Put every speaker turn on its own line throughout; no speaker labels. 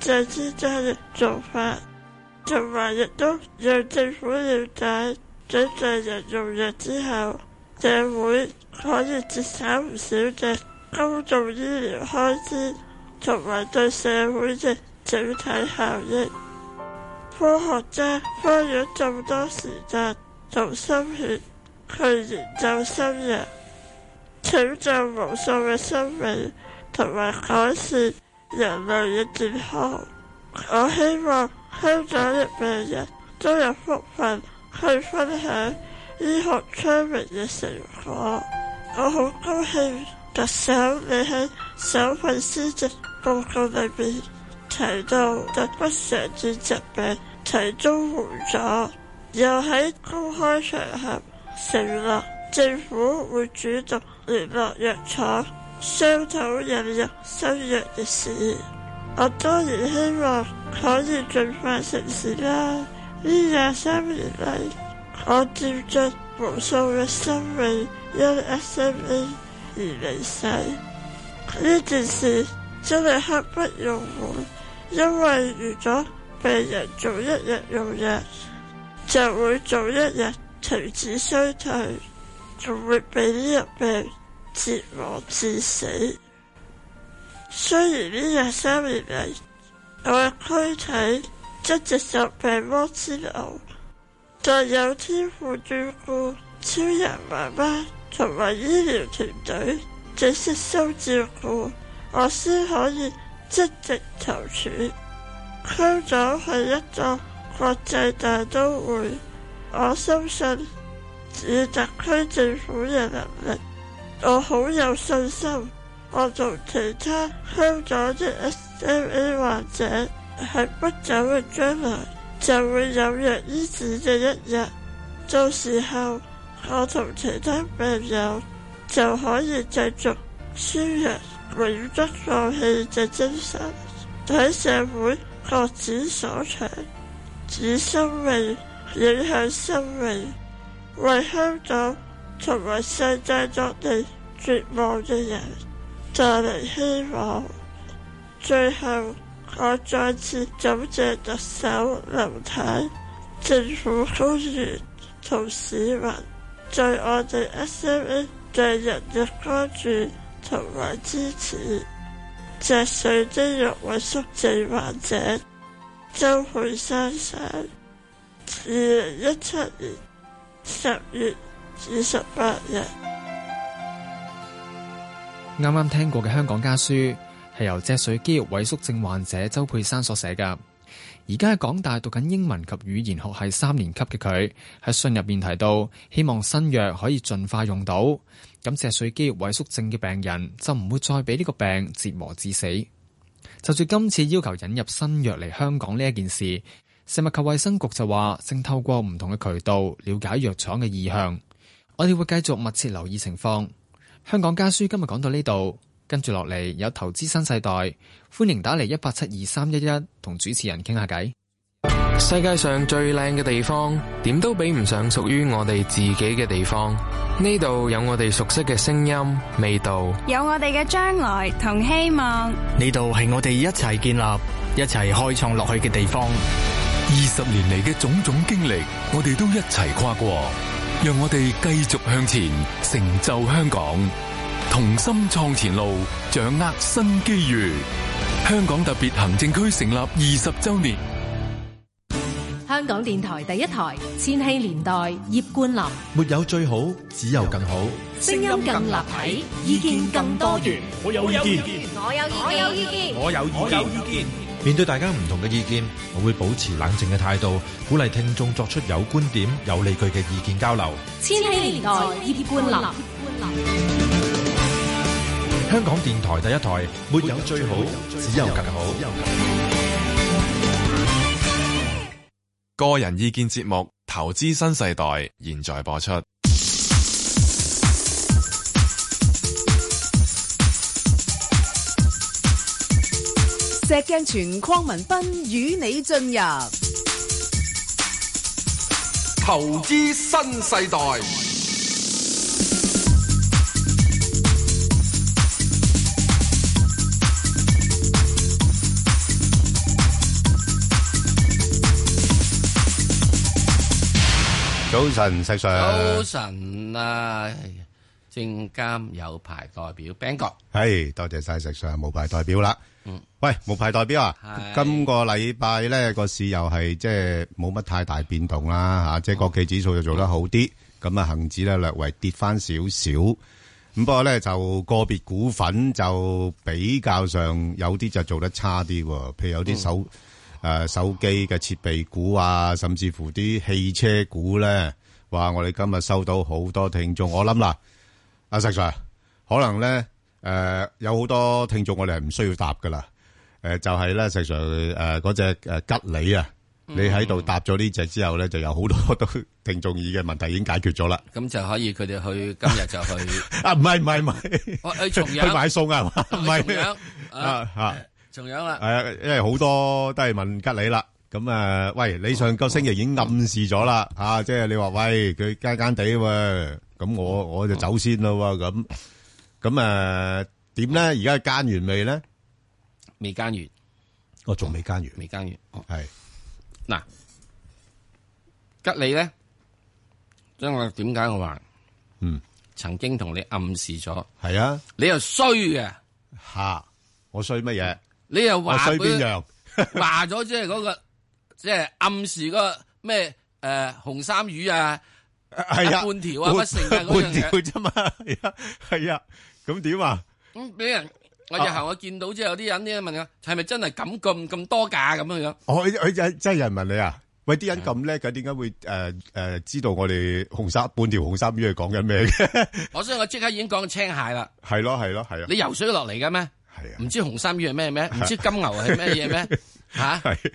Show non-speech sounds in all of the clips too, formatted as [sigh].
就知家嘅做法，同埋亦都讓政府了解準確人用藥之後，社會可以節省唔少嘅公眾醫療開支，同埋對社會嘅整體效益。科學家花咗咁多時間同心血去研究新藥，拯救無數嘅生命，同埋改善人類嘅健康。我希望香港嘅病人都有福分去分享醫學昌明嘅成果。我好高興特首你喺首份施政報告裏邊提到對不常見疾病提供援助，又喺公開場合承諾政府會主動聯絡藥廠商討引入新藥嘅事。我當然希望可以盡快成事啦！呢廿三年嚟，我接觸無數嘅生命因 SMA 而離世，呢件事真係刻不容緩，因為如果病人早一日用藥，就會早一日停止衰退，仲會俾呢個病折磨致死。雖然呢廿三年嚟，我嘅軀體一直受病魔煎熬，但有天父照顧、超人媽媽同埋醫療團隊嘅悉心照顧，我先可以積極求存。香港係一個國際大都會，我深信以特區政府嘅能力，我好有信心。我同其他香港嘅 SMA 患者喺不久嘅將來就會有藥醫治嘅一日，到時候我同其他病友就可以繼續宣揚永不放棄嘅精神，喺社會各展所長，以生命影響生命，為香港同埋世界各地絕望嘅人。帶嚟希望。最後，我再次感謝特首林太、政府官員同市民對我哋 SMA 嘅人嘅關注同埋支持。脊髓肌肉萎縮症患者周佩珊生，二零一七年十月二十八日。
啱啱聽過嘅《香港家書》係由脊髓肌肉萎縮症患者周佩珊所寫㗎。而家喺港大讀緊英文及語言學系三年級嘅佢喺信入面提到，希望新藥可以盡快用到，咁脊髓肌肉萎縮症嘅病人就唔會再俾呢個病折磨致死。就住今次要求引入新藥嚟香港呢一件事，食物及衛生局就話正透過唔同嘅渠道了解藥廠嘅意向，我哋會繼續密切留意情況。香港家書今日講到呢度，跟住落嚟有投資新世代，歡迎打嚟一八七二三一一同主持人傾下偈。
世界上最靚嘅地方，點都比唔上屬於我哋自己嘅地方。呢度有我哋熟悉嘅聲音、味道，
有我哋嘅將來同希望。
呢度係我哋一齊建立、一齊開創落去嘅地方。
二十年嚟嘅種種經歷，我哋都一齊跨過。讓我哋繼續向前，成就香港，同心創前路，掌握新機遇。香港特別行政區成立二十周年。
香港電台第一台，千禧年代，葉冠霖。
沒有最好，只有更好。
聲音更立體，意見更多元。
我有意見，
我有意見，
我有意見，我有意見。
面對大家唔同嘅意見，我會保持冷靜嘅態度，鼓勵聽眾作出有觀點、有理據嘅意見交流。
千禧年代，葉冠霖。
香港電台第一台，沒有最好，只有更好。
個人意見節目《投資新世代》現在播出。
石鏡泉鄺民彬與你進入
投資新世代。
早晨，石 Sir。
早晨啊，證監有牌代表 b a n g
系，多謝晒石 Sir 無牌代表啦。嗯，喂，無牌代表啊，
係
今個禮拜咧個市又係即係冇乜太大變動啦
嗯
吓，即係國企指數就做得好啲，咁啊恒指咧略為跌翻少少。咁不過咧就個別股份就比較上有啲就做得差啲喎，譬如
嗯
有啲手誒、呃手機嘅設備股啊，甚至乎啲汽車股咧，哇！我哋今日收到好多聽眾，我諗啦。阿石 Sir，可能咧诶、誒有好多聽眾我哋係唔需要答噶啦，诶、就係咧石 Sir 诶嗰只诶吉利啊，
嗯
你喺度答咗呢只之後咧，就有好多都 [laughs] 聽眾耳嘅問題已經解決咗啦。
咁就可以佢哋去今日就
[laughs]
去
啊，唔係唔係唔係，
[laughs] 我去重陽
[laughs] 去買餸啊，係嘛唔
[laughs] 重陽
係啊啊
重陽啦。
係啊，因為好多都係問吉利啦。咁啊，喂，你上個星期已經暗示咗啦，啊，即係你話喂佢奸奸地喎，咁我我就走先咯喎，咁咁誒點咧？而家奸完未咧？
未奸完，
我仲未奸完，
未奸完，
係
嗱，吉利咧，因為點解我話
嗯
曾經同你暗示咗，
係啊，
你又衰嘅
嚇，我衰乜嘢？
你又
我
話
衰邊
佢
樣？
[laughs] 話咗即係嗰個即係暗示嗰個咩誒紅衫魚啊，
[laughs] 係啊，
半條
[laughs]
啊
半
乜成啊嗰
半
樣嘢
條啫嘛，係啊，係啊，咁點啊？
咁俾嗯人我日後我見到之後有啲人咧問我係咪真係咁咁咁多價
[laughs]
咁樣樣？
我哦佢真真係有人問你啊？喂，啲人咁叻嘅，點解會誒誒知道我哋紅衫半條紅衫魚係講緊咩 [laughs] 嘅？
我相信我即刻已經講青蟹啦。
係咯係咯係啊！
你
[laughs]
游水落嚟嘅咩？
係啊，啊
唔知紅衫魚係咩咩？唔知金牛係咩嘢
[laughs]
咩？吓
係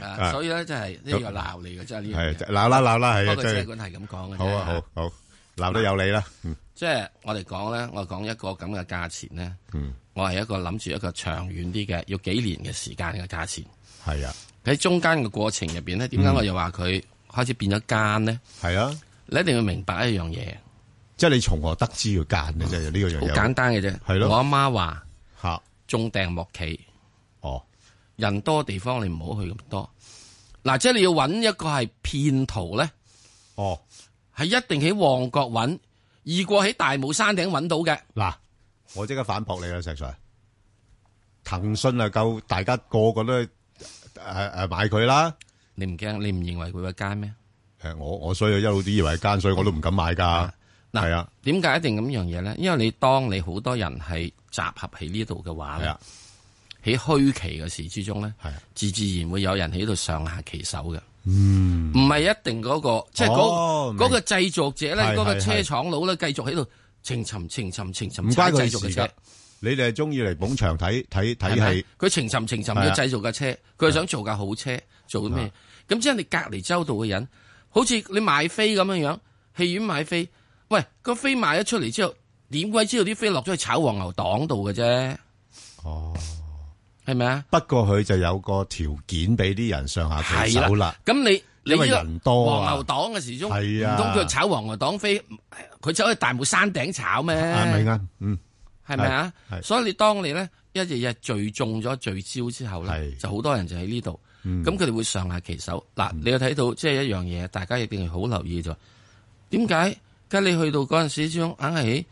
啊，所以咧真係呢個鬧你嘅真係呢
係
樣嘢。
鬧啦鬧啦係啊
不過
真係
車管係咁講嘅啫。啊
好啊好好鬧得有理啦，嗯
即係我哋講咧，我講一個咁嘅價錢咧，
嗯
我係一個諗住一個長遠啲嘅，要幾年嘅時間嘅價錢。
係啊，
喺中間嘅過程入邊咧，點解我又話佢開始變咗奸咧？
嗯係啊，
你一定要明白一樣嘢，
即係你從何得知要奸嘅啫？呢個樣
好
嘢
簡單嘅啫。
係咯
我阿媽話
嚇
種訂莫企。
哦，
人多地方你唔好去咁多。嗱，即係你要揾一個係騙徒咧。
哦，
係一定喺旺角揾，易過喺大帽山頂揾到嘅。
嗱，我即刻反駁你啦，石 Sir。騰訊啊，夠大家個個都誒誒買佢啦。
你唔驚？你唔認為佢會奸咩？
誒，我我所以一路都以為奸，所以我都唔敢買㗎。係啊，
點解一定咁樣嘢咧？因為你當你好多人係集合喺呢度嘅話
啊
咧，喺虛期嘅事之中咧，自自然會有人喺度上下其手嘅。
嗯，
唔係一定嗰個，即係
哦
嗰
明
嗰個製作者咧，
係
嗰個
係
車
係
廠佬咧，繼續喺度情尋情尋情尋
唔關佢
製作嘅
事
車
㗎。。你哋係中意嚟捧場睇睇睇
係咪
戲，
佢情尋情尋
係啊啊
要製造架車，佢係想做架好車，做咩？咁即係你隔離州度嘅人，好似你買飛咁樣樣，戲院買飛，喂個飛賣咗出嚟之後，點鬼知道啲飛落咗去炒黃牛黨度嘅啫？
哦
係咪啊？
不過佢就有個條件俾啲人上下其
係
手啦。
咁你你
因為
呢個
人多啊
黃牛黨嘅時鐘，
係啊
唔通佢炒黃牛黨飛，佢走去大帽山頂炒咩？
啊，咪啱，嗯，
係咪啊
係？係
所以你當你咧一日日聚中咗聚焦之後咧，就好多人就喺呢度，
嗯
咁佢哋會上下其手。嗱，你要睇到即係一樣嘢，大家一定要好留意就係點解？梗係你去到嗰陣時之中，硬係喺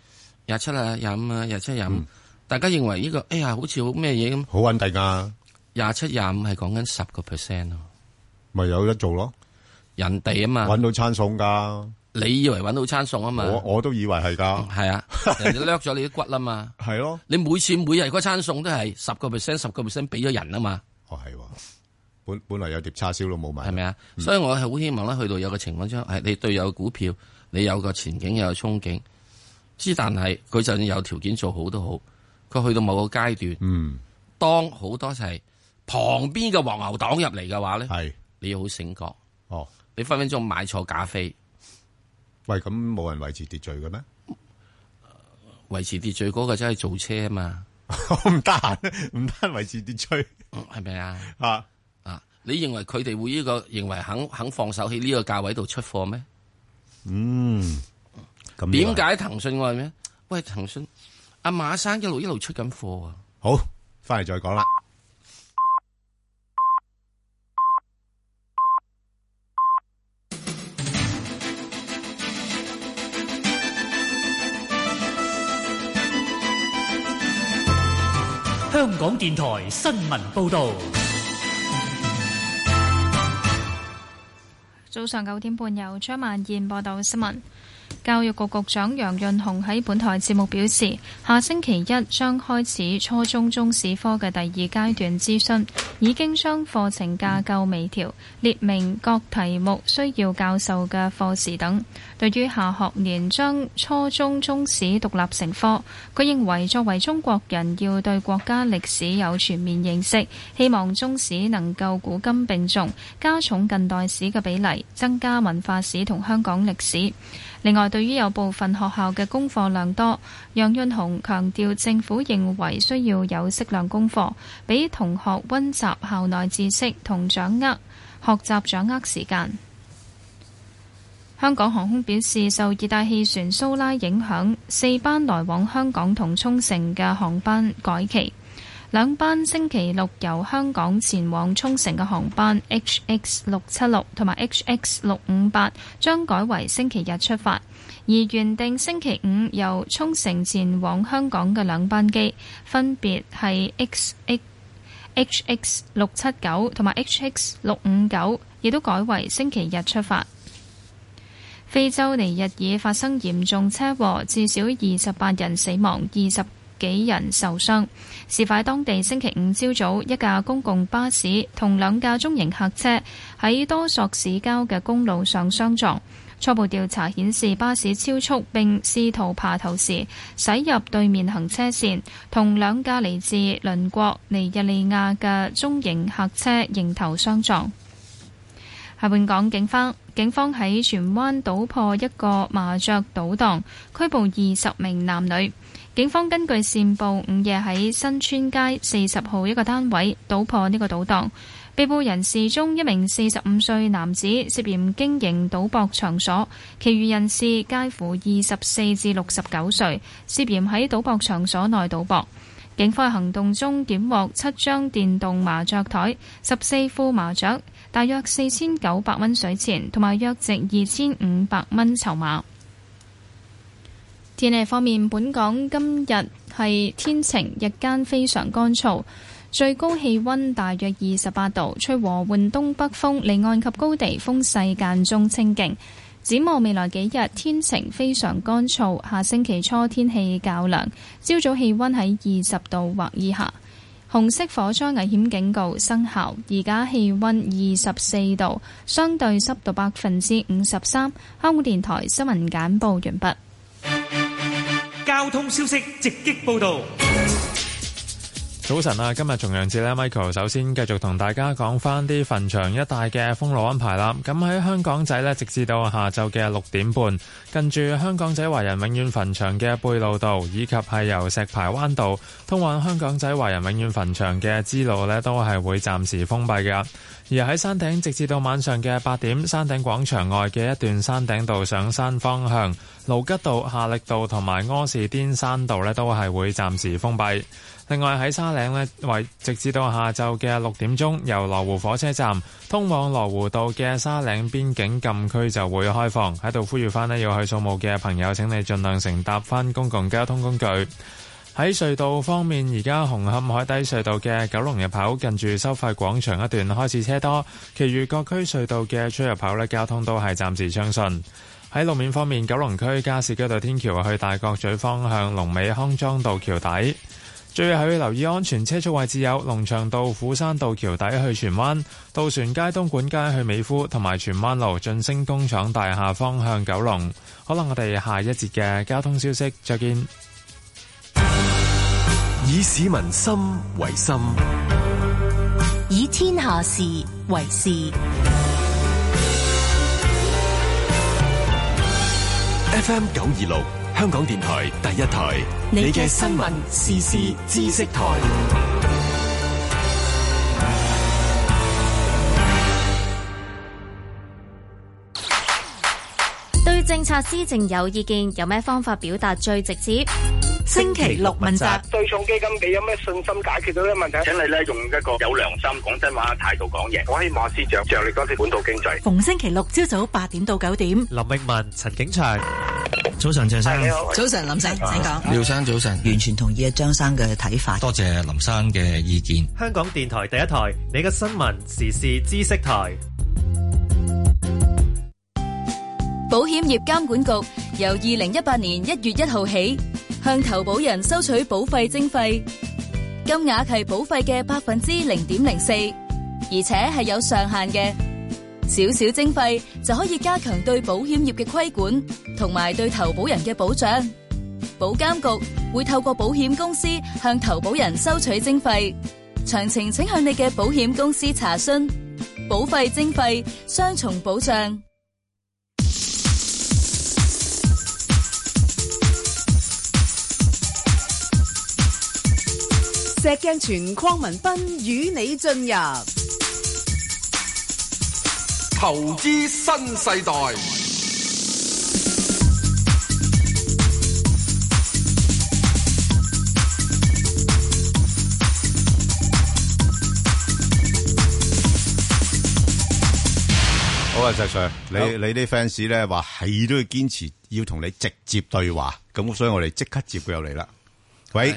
廿七啊、廿五啊、廿七廿五，大家認為呢個哎呀好似好咩嘢咁，
嗯好穩定啊！
廿七廿五係講緊十個 percent 咯，
咪有得做咯。
人哋啊嘛，
揾到餐餸㗎。
你以為揾到餐餸啊嘛？
我我都以為係㗎。
係
[laughs]
啊，人哋掠咗你啲骨啦嘛。
係咯，
你每次每日嗰餐餸都係十個 percent、十個 percent 俾咗人啊嘛。
哦係喎，本本來有碟叉燒都冇嗯買。係
咪啊？所以我係好希望咧，去到有個情況之下，係你對有股票，你有個前景，有個憧憬。之但係佢就算有條件做好都好，佢去到某個階段，
嗯，
當好多係旁邊嘅黃牛黨入嚟嘅話咧，
係
你要好醒覺。
哦，
你分分鐘買錯假飛，
喂，咁冇人維持秩序嘅咩？
維持秩序嗰個真係做車啊嘛，
唔得閒，唔得閒維持秩序，
係咪啊？
啊
啊！你認為佢哋會呢個認為肯肯放手喺呢個價位度出貨咩？
嗯，咁呢個
點解騰訊我係咩？喂，騰訊阿馬生一路一路出緊貨啊！
好，翻嚟再講啦。
港電台新聞報道。
早上九點半，由張曼燕報道新聞。教育局局長楊潤雄喺本台節目表示，下星期一將開始初中中史科嘅第二階段諮詢，已經將課程架構微調，列明各題目需要教授嘅課時等。對於下學年將初中中史獨立成科，佢認為作為中國人要對國家歷史有全面認識，希望中史能夠古今並重，加重近代史嘅比例，增加文化史同香港歷史。另外，對於有部分學校嘅功課量多，楊潤雄強調政府認為需要有適量功課，俾同學温習校內知識同掌握學習掌握時間。香港航空表示，受熱帶氣旋蘇拉影響，四班來往香港同沖繩嘅航班改期。兩班星期六由香港前往沖繩嘅航班 HX 六七六同埋 HX 六五八將改為星期日出發，而原定星期五由沖繩前往香港嘅兩班機分別係 XX HX 六七九同埋 HX 六五九，亦都改為星期日出發。非洲尼日爾發生嚴重車禍，至少二十八人死亡，二十幾人受傷。事發當地星期五朝早，一架公共巴士同兩架中型客車喺多索市郊嘅公路上相撞。初步調查顯示，巴士超速並試圖爬頭時，駛入對面行車線，同兩架嚟自鄰國尼日利亞嘅中型客車迎頭相撞。喺本港警方，警方喺荃灣搗破一個麻雀賭檔，拘捕二十名男女。警方根據線報，午夜喺新村街四十號一個單位搗破呢個賭檔。被捕人士中一名四十五歲男子涉嫌經營賭博場所，其餘人士介乎二十四至六十九歲，涉嫌喺賭博場所內賭博。警方喺行動中檢獲七張電動麻雀台、十四副麻雀、大約四千九百蚊水錢，同埋約值二千五百蚊籌碼。天氣方面，本港今日係天晴，日間非常乾燥，最高氣温大約二十八度，吹和緩東北風，離岸及高地風勢間中清勁。展望未來幾日天晴，非常乾燥。下星期初天氣較涼，朝早氣温喺二十度或以下。紅色火災危險警告生效，而家氣温二十四度，相對濕度百分之五十三。香港電台新聞簡報完畢。
交通消息直擊報道。
早晨啊，今日重陽節咧，Michael 首先繼續同大家講翻啲墳場一帶嘅封路安排啦。咁喺香港仔呢，直至到下晝嘅六點半，近住香港仔華人永遠墳場嘅貝路道，以及係由石排灣道通往香港仔華人永遠墳場嘅支路呢，都係會暫時封閉㗎。而喺山頂，直至到晚上嘅八點，山頂廣場外嘅一段山頂道上山方向、盧吉道、夏力道同埋柯士甸山道呢，都係會暫時封閉。另外喺沙嶺呢，為直至到啊下晝嘅六點鐘，由羅湖火車站通往羅湖道嘅沙嶺邊境禁區就會開放。喺度呼籲翻呢，要去掃墓嘅朋友，請你盡量乘搭翻公共交通工具。喺隧道方面，而家紅磡海底隧道嘅九龍入口近住收費廣場一段開始車多，其餘各區隧道嘅出入口呢，交通都係暫時暢順。喺路面方面，九龍區加士居道天橋去大角咀方向龍尾康莊道橋底。最後要留意安全車速位置有龍翔道、斧山道橋底去荃灣、渡船街、東莞街去美孚，同埋荃灣路晉升工廠大廈方向九龍。可能我哋下一節嘅交通消息再見。
以市民心為心，
以天下事為事。
FM 九二六，香港電台第一台，你嘅新聞、時事、知識台。
對政策施政有意見，有咩方法表達最直接？
星期六問責，
對沖基金你有咩信心解決到呢個問題？
請你咧用一個有良心、講真話態度講嘢。我希望司長着力多啲本土經濟。
逢星期六朝早八點到九點，林
永文、陳景祥。
早晨，鄭生。
早晨，林生，請講。
廖生早晨，
完全同意阿張生嘅睇法。
多謝林生嘅意見。
香港電台第一台，你嘅新聞時事知識台。
保險業監管局由二零一八年一月一號起，向投保人收取保費徵費，金額係保費嘅百分之零點零四，而且係有上限嘅。少少徵費就可以加強對保險業嘅規管，同埋對投保人嘅保障。保監局會透過保險公司向投保人收取徵費，詳情請向你嘅保險公司查詢。保費徵費雙重保障。
石鏡泉鄺民彬與你進入。
投資新世代，
好啊，石 Sir，你你啲 fans 咧話係都要堅持要同你直接對話，咁所以我哋即刻接佢入嚟啦。喂，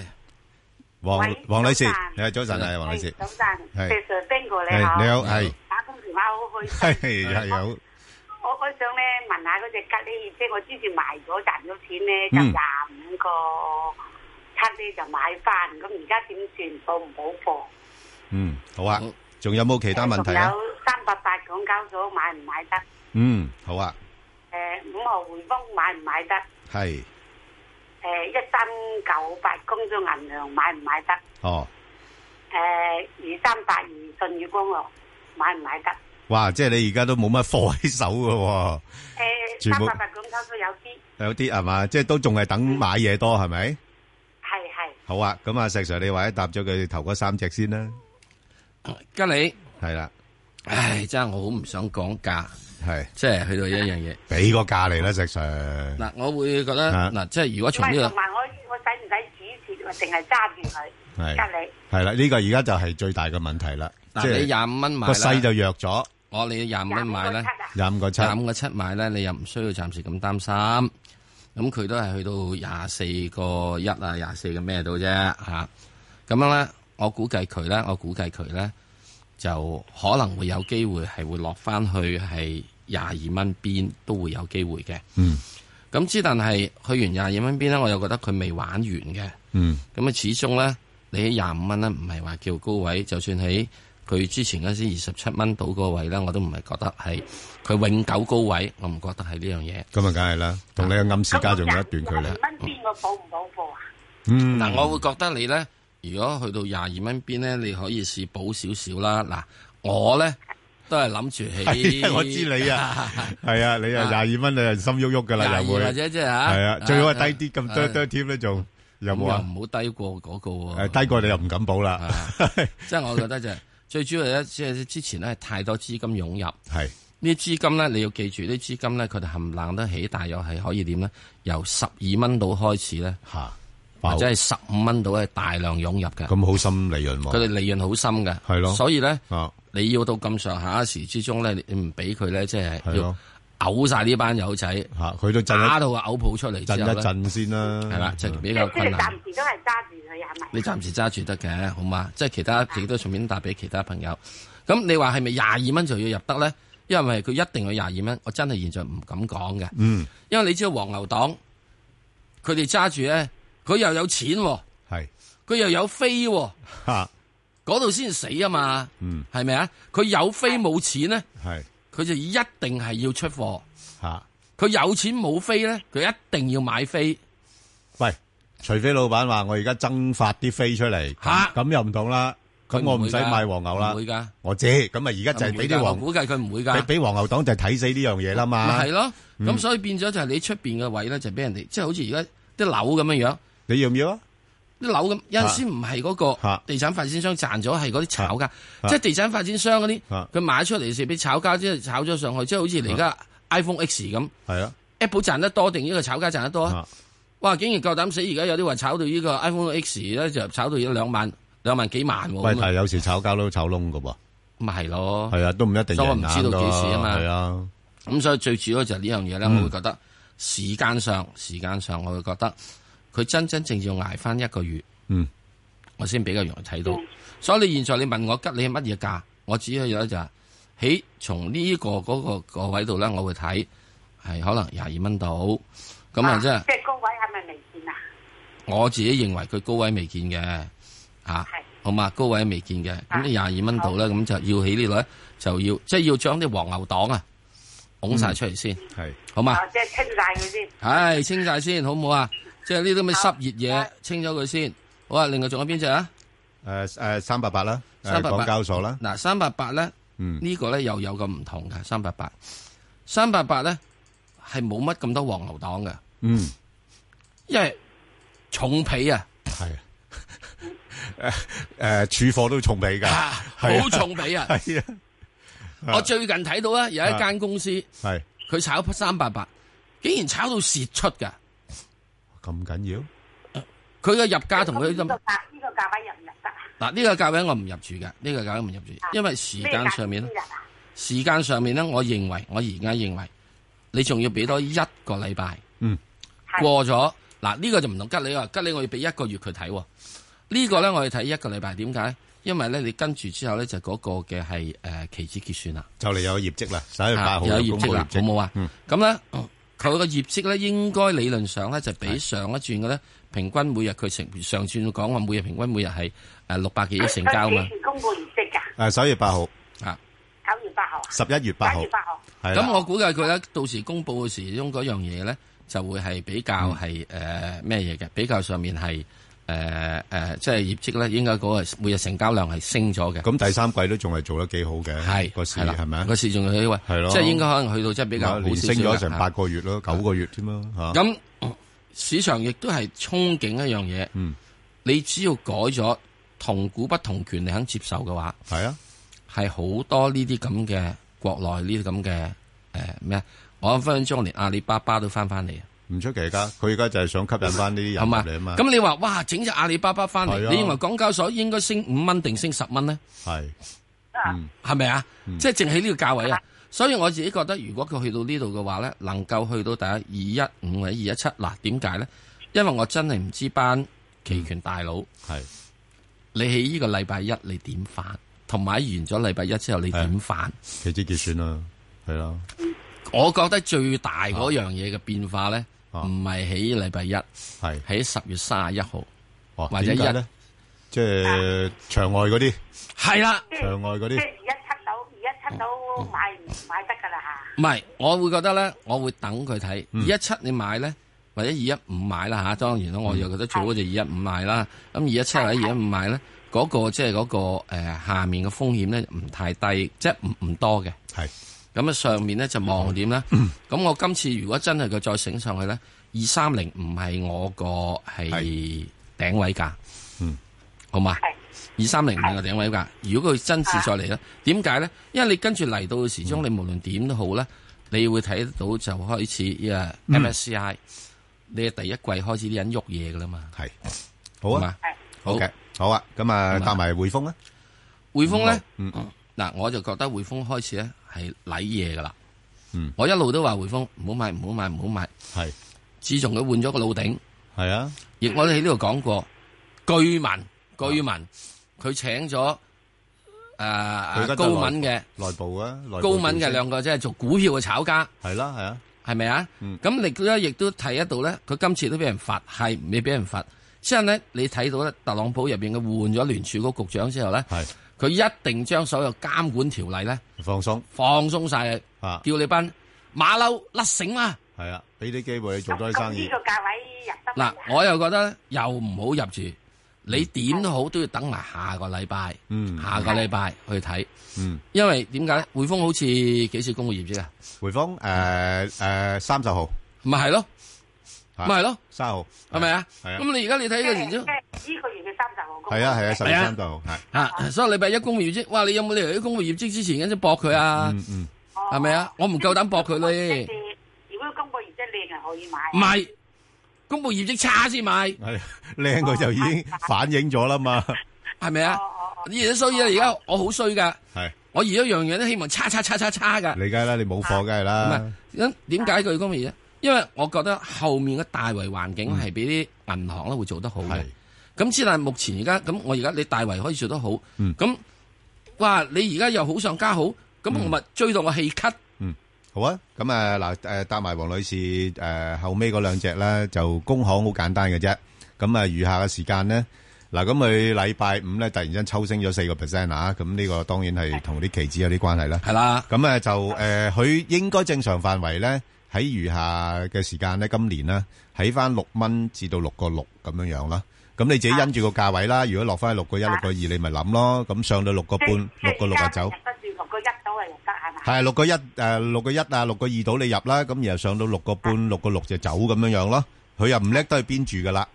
黃黃女士，你係早晨啊，黃女士，
早晨，石 Sir 邊個
你
你好，
你好係。
電話
[laughs]
好開心，
係有
我我想咧問下嗰隻吉利，即係我之前賣咗賺咗錢咧，就廿五個七咧就買翻，咁而家點算？好唔好貨？
嗯好啊，仲有冇其他問題
仲
啊？
有三百八港交所買唔買得？
嗯好啊，
誒五號匯豐買唔買得？
係
誒一三九八工商銀行買唔買得？
哦，
ờ, 誒二三八二舜宇光學買唔買得？
哇，即係你而家都冇乜貨喺手噶，
Ờ, 誒三百八港交所有啲
有啲係嘛，即係都仲係等買嘢多係咪？
係係。
好啊，咁啊石 Sir 你或者答咗佢頭嗰三隻先啦，
吉你
係啦，
唉，真係我好唔想講價，
係
即係去到一樣嘢，
俾個價嚟啦，石 Sir。
嗱，我會覺得
啊
嗱，即係如果
唔
從
係
呢
同埋我我使唔使止蝕，定係揸住佢？
係
吉利。
係啦，呢個而家就係最大嘅問題啦，
嗱
即係
你25蚊買
個
啦
勢就弱咗，
個我你廿五蚊買咧，
廿五個七，啊
廿五個七買咧，你又唔需要暫時咁擔心。咁佢都係去到廿四個一啊，廿四個咩到啫嚇。咁樣咧，我估計佢咧，我估計佢咧就可能會有機會係會落翻去係廿二蚊邊都會有機會嘅。
嗯
咁之但係去完廿二蚊邊咧，我又覺得佢未玩完嘅。
嗯
咁啊，始終咧，你喺廿五蚊咧，唔係話叫高位，就算喺佢之前嗰啲二十七蚊到個位咧，我都唔係覺得係佢永久高位，我唔覺得係呢樣嘢。啊
咁啊梗係啦，同你嘅暗示價仲有一段距離。
蚊邊個保唔保貨啊？
嗯，
嗱，我會覺得你咧，如果去到廿二蚊邊咧，你可以試補少少啦。嗱，我咧都係諗住
[laughs] 係
喺，
啊我知你
[laughs]
啊，係啊，你啊廿二蚊你係心喐喐噶啦，
廿
又會
二或者即係嚇，
係啊，最好係低啲咁
啊
多多添咧，仲有
咁
冇
又
啊？
唔好低過嗰個喎。
誒，低過你又 [laughs] 唔敢保啦，
[laughs] 即係我覺得就係最主要咧，即係之前咧係太多資金湧入，
係
呢啲資金咧，你要記住，呢啲資金咧，佢哋冚冷得起，大約係可以點咧？由十二蚊到開始咧，
嚇，
或者係十五蚊到係大量湧入嘅，
咁好心理論
佢哋
喎，
利潤好深嘅，
係咯
所以咧
啊，
你要到咁上下時之中咧，你唔俾佢咧，即係
係
要
咯
嘔晒呢班友仔，
嚇佢都震一
打到個嘔泡出嚟
震
之
一
後咧，
震先啦，
係啦，就比
即係
較
即
困
係暫
難。
時都係揸住佢係咪？
你暫時揸住得嘅，好嘛？即係其他亦都順便帶俾其他朋友。咁你話係咪廿二蚊就要入得咧？因為佢一定要廿二蚊，我真係現在唔敢講嘅。
嗯，
因為你知道黃牛黨，佢哋揸住咧，佢又有錢、喎，
係
佢又有飛、喎，
嚇，
嗰度先死啊嘛，
嗯，
係咪啊？佢有飛冇錢咧，
係
佢就一定係要出貨；
嚇。
佢有錢冇飛咧，佢一定要買飛。
喂，除非老闆話我而家增發啲飛出嚟，咁又唔同啦，咁
佢
我
唔會㗎，
唔使買黃牛啦。
唔會㗎。
我知，咁啊而家就係俾啲
唔會
黃
㗎
-
我估計佢唔會㗎。
俾-俾黃牛黨就係睇死呢樣嘢啦嘛。
咪係咯，
嗯
咁所以變咗就係你出邊嘅位咧，就俾人哋即係好似而家啲樓咁樣樣，
你要唔要啊？
啲樓咁有陣時唔係嗰個地產發展商賺咗，係嗰啲炒家，即係地產發展商嗰啲，佢買出嚟時俾炒家即係炒咗上去，即係好似你而家 iPhone X 咁，Apple
啊
賺得多定呢個炒家賺得多啊？哇！竟然夠膽死，而家有啲話炒到呢個 iPhone X 咧，就炒到一兩萬兩萬幾萬喎。咁啊
喂，但係有時炒交都炒窿㗎喎。
咪係咯。
係啊，都唔一定
所以我唔
贏硬
知道幾時啊嘛。
㗎，係啊，
咁所以最主要就係呢樣嘢咧，
嗯
我會覺得時間上，時間上我會覺得佢真真正正要捱翻一個月，
嗯，
我先比較容易睇到。
嗯
所以你現在你問我吉你係乜嘢價，我只係有一就係喺從呢個嗰個個位度咧，我會睇係可能廿二蚊到，咁啊即係
即係高位係咪未見啊？
我自己認為佢高位未見嘅，嚇、好嘛？高位未見嘅，
啊
咁你廿二蚊度咧，咁就要起呢度咧，就要即係要將啲黃牛黨啊，拱晒出嚟先，
嗯係
好嘛？
哦即係清晒佢先。
唉，清晒先，好唔好啊？即係呢啲咁嘅濕熱嘢，清咗佢先。好啊，另外仲有邊只啊？
誒誒，三八八啦，誒
三八八
港交所啦，嗯
嗱，三八八咧，呢個咧又有個唔同嘅，三八八，三八八咧係冇乜咁多黃牛黨嘅，
嗯，
因為重皮啊，
[laughs] 係誒誒，處貨都重俾㗎，係啊
好重皮啊
[laughs] 係啊，
[laughs] 我最近睇到啊，有一間公司
係
佢炒三八八，竟然炒到蝕出㗎，
咁緊要，
佢嘅入價同佢
呢個
咁
價呢個價位入唔入得啊？
嗱呢個價位我唔入住嘅，呢個價位唔入住，因為時間上面
咩
咧
價先入啊
時間上面咧，我認為我而家認為你仲要俾多一個禮拜，
嗯，
過咗嗱呢個就唔同吉利啊，吉利我要俾一個月佢睇喎，呢個咧我要睇一個禮拜，點解？因為咧你跟住之後咧就嗰個嘅係誒期指結算啦，
就嚟有業績啦，十一月八號
有
公
業
布
績啦
業，績
好冇啊？
嗯
咁咧佢個業績咧應該理論上咧就比上一轉嘅咧平均每日佢成上轉講話每日平均每日係誒六百幾億成交嘛
佢。幾時公布業績㗎？
誒，十一月八號，
啊，
九月八號啊？
十一月八號
九月八號。
係啦
咁我估計佢咧，到時公佈嘅時鐘嗰樣嘢咧，就會係比
嗯
較係誒咩嘢嘅，比較上面係誒誒，即係業績咧，應該嗰個每日成交量係升咗嘅。
咁第三季都仲係做得幾好嘅，係個市
係啦
係咪啊？
個市仲係位，
係咯，啊
即係應該可能去到即係比較好
連
少
升
少
咗
嘅
成
嚇
八個月咯，九個月添啦嚇。
咁嗯市場亦都係憧憬一樣嘢，
嗯，
你只要改咗同股不同權，你肯接受嘅話，
係啊，
係好多呢啲咁嘅國內呢啲咁嘅誒咩啊？我分分鐘連阿里巴巴都翻翻嚟啊！
唔出奇噶，佢而家就係想吸引翻呢啲人入嚟啊嘛。
咁你話哇，整只阿里巴巴翻嚟，
係啊
你認為港交所應該升五蚊定升十蚊呢？
係，嗯
係咪啊？即係淨喺呢個價位啊！所以我自己覺得，如果佢去到呢度嘅話呢，能夠去到第一二一五或者二一七，嗱點解呢？因為我真係唔知班期權大佬
嗯係
你喺呢個禮拜一你點翻，同埋完咗禮拜一之後你點翻？
啊期指結算啊啦，係啦，
我覺得最大嗰樣嘢嘅變化呢，唔係喺禮拜一，
啊係
喺十月三十一號
哦
或者
點解
一
咧。即係場外嗰啲，
係啦，
場外嗰
即係
啲，
二一七到二一七到買唔買得㗎啦嚇？
唔係，我會覺得咧，我會等佢睇
嗯
二一七你買咧，或者二一五買啦嚇。當然啦，我又覺得最好就二一五買啦。咁二一七或者二一五買咧，嗰、個即係嗰個、呃、下面嘅風險咧唔太低，即係唔唔多嘅。
係嗯
咁啊，上面咧就望點咧。咁、我今次如果真係佢再醒上去咧，二三零唔係我個係頂位價，
嗯，
好嘛？二三零五個頂位㗎。如果佢真是再嚟咧，點解咧？因為你跟住嚟到嘅時
嗯
鐘，你無論點都好咧，你會睇到就開始啊誒
嗯
MSCI，你嘅第一季開始啲人喐嘢㗎啦嘛。
係，好啊，好嘅，好啊，咁啊，搭埋匯豐啦，
匯豐咧，
嗯，
嗱，我就覺得匯豐開始咧係禮嘢㗎啦。
嗯，
我一路都話匯豐唔好買，唔好買，唔好買。
係，
自從佢換咗個老頂，
係啊，
亦我哋喺呢度講過，據聞據聞佢請咗
啊佢而
誒
家
高敏嘅。
內部啊，內部
高敏
調
嘅
整
兩個即係做股票嘅炒家，
係啦係啊，
係咪啊？咁你咧亦都睇得到咧，佢今次都俾人罰，係未俾人罰。之後咧，你睇到咧，特朗普入邊嘅換咗聯儲局局長之後咧，佢一定將所有監管條例咧
放鬆
放鬆晒，
啊
叫你班馬騮甩繩啦。
係啊，俾啲機會你做多啲生
呢
意
個，價位入得
嗱，我又覺得呢又唔好入住，你點都好都要等埋下個禮拜，
嗯
下個禮拜去睇，
嗯，
因為點解咧？匯豐好似幾時公布業績啊？
匯豐誒誒三十號，
咪係咯，咪係咯，
三號
係咪啊？
係啊
咁你而家你睇個年績。
呢個月嘅三十號
係啊係啊，十月三十號係。
啊，所以禮拜一公布業績，哇！你有冇理由喺公布業績之前咁先搏佢啊？
嗯嗯，
係咪啊？我唔夠膽搏佢咧，
如果公布業績靚係可以買。
唔係公布業績差先買，哦
係靚佢就已經反映咗啦嘛，
係咪啊？而所以而家我好衰噶，
係
我而家樣樣都希望差差差差差噶。
你梗係啦，你冇貨梗係
唔
啦
啊係，，咁點解佢公布業績？因為我覺得後面嘅大圍環境
嗯
係俾啲銀行咧會做得好嘅。咁之但係目前而家咁，我而家你大圍可以做得好，咁、
嗯
哇！你而家又好上加好，咁
嗯
我咪追到我氣咳。
好啊，咁啊嗱，诶搭埋黃女士诶、呃、后尾嗰兩隻咧，就工行好簡單嘅啫。咁啊，餘下嘅時間咧，嗱咁佢禮拜五咧突然間抽升咗四個 percent 啊，咁呢個當然係同啲期指有啲關係啦。
係啦，
咁啊就诶，佢、應該正常範圍咧，喺餘下嘅時間咧，今年咧喺翻六蚊至到六個六咁樣樣啦。咁你自己因住個價位啦，如果落翻去六個一、六個二，你咪諗咯。咁上到六個半、六個六啊走。
入得住六個一到係入得係嘛？
係，6.1，誒，6.1啊，6.2到你入啦，咁然後上到6.5 6.6就走咁樣樣咯。佢又唔叻，都係邊住㗎啦。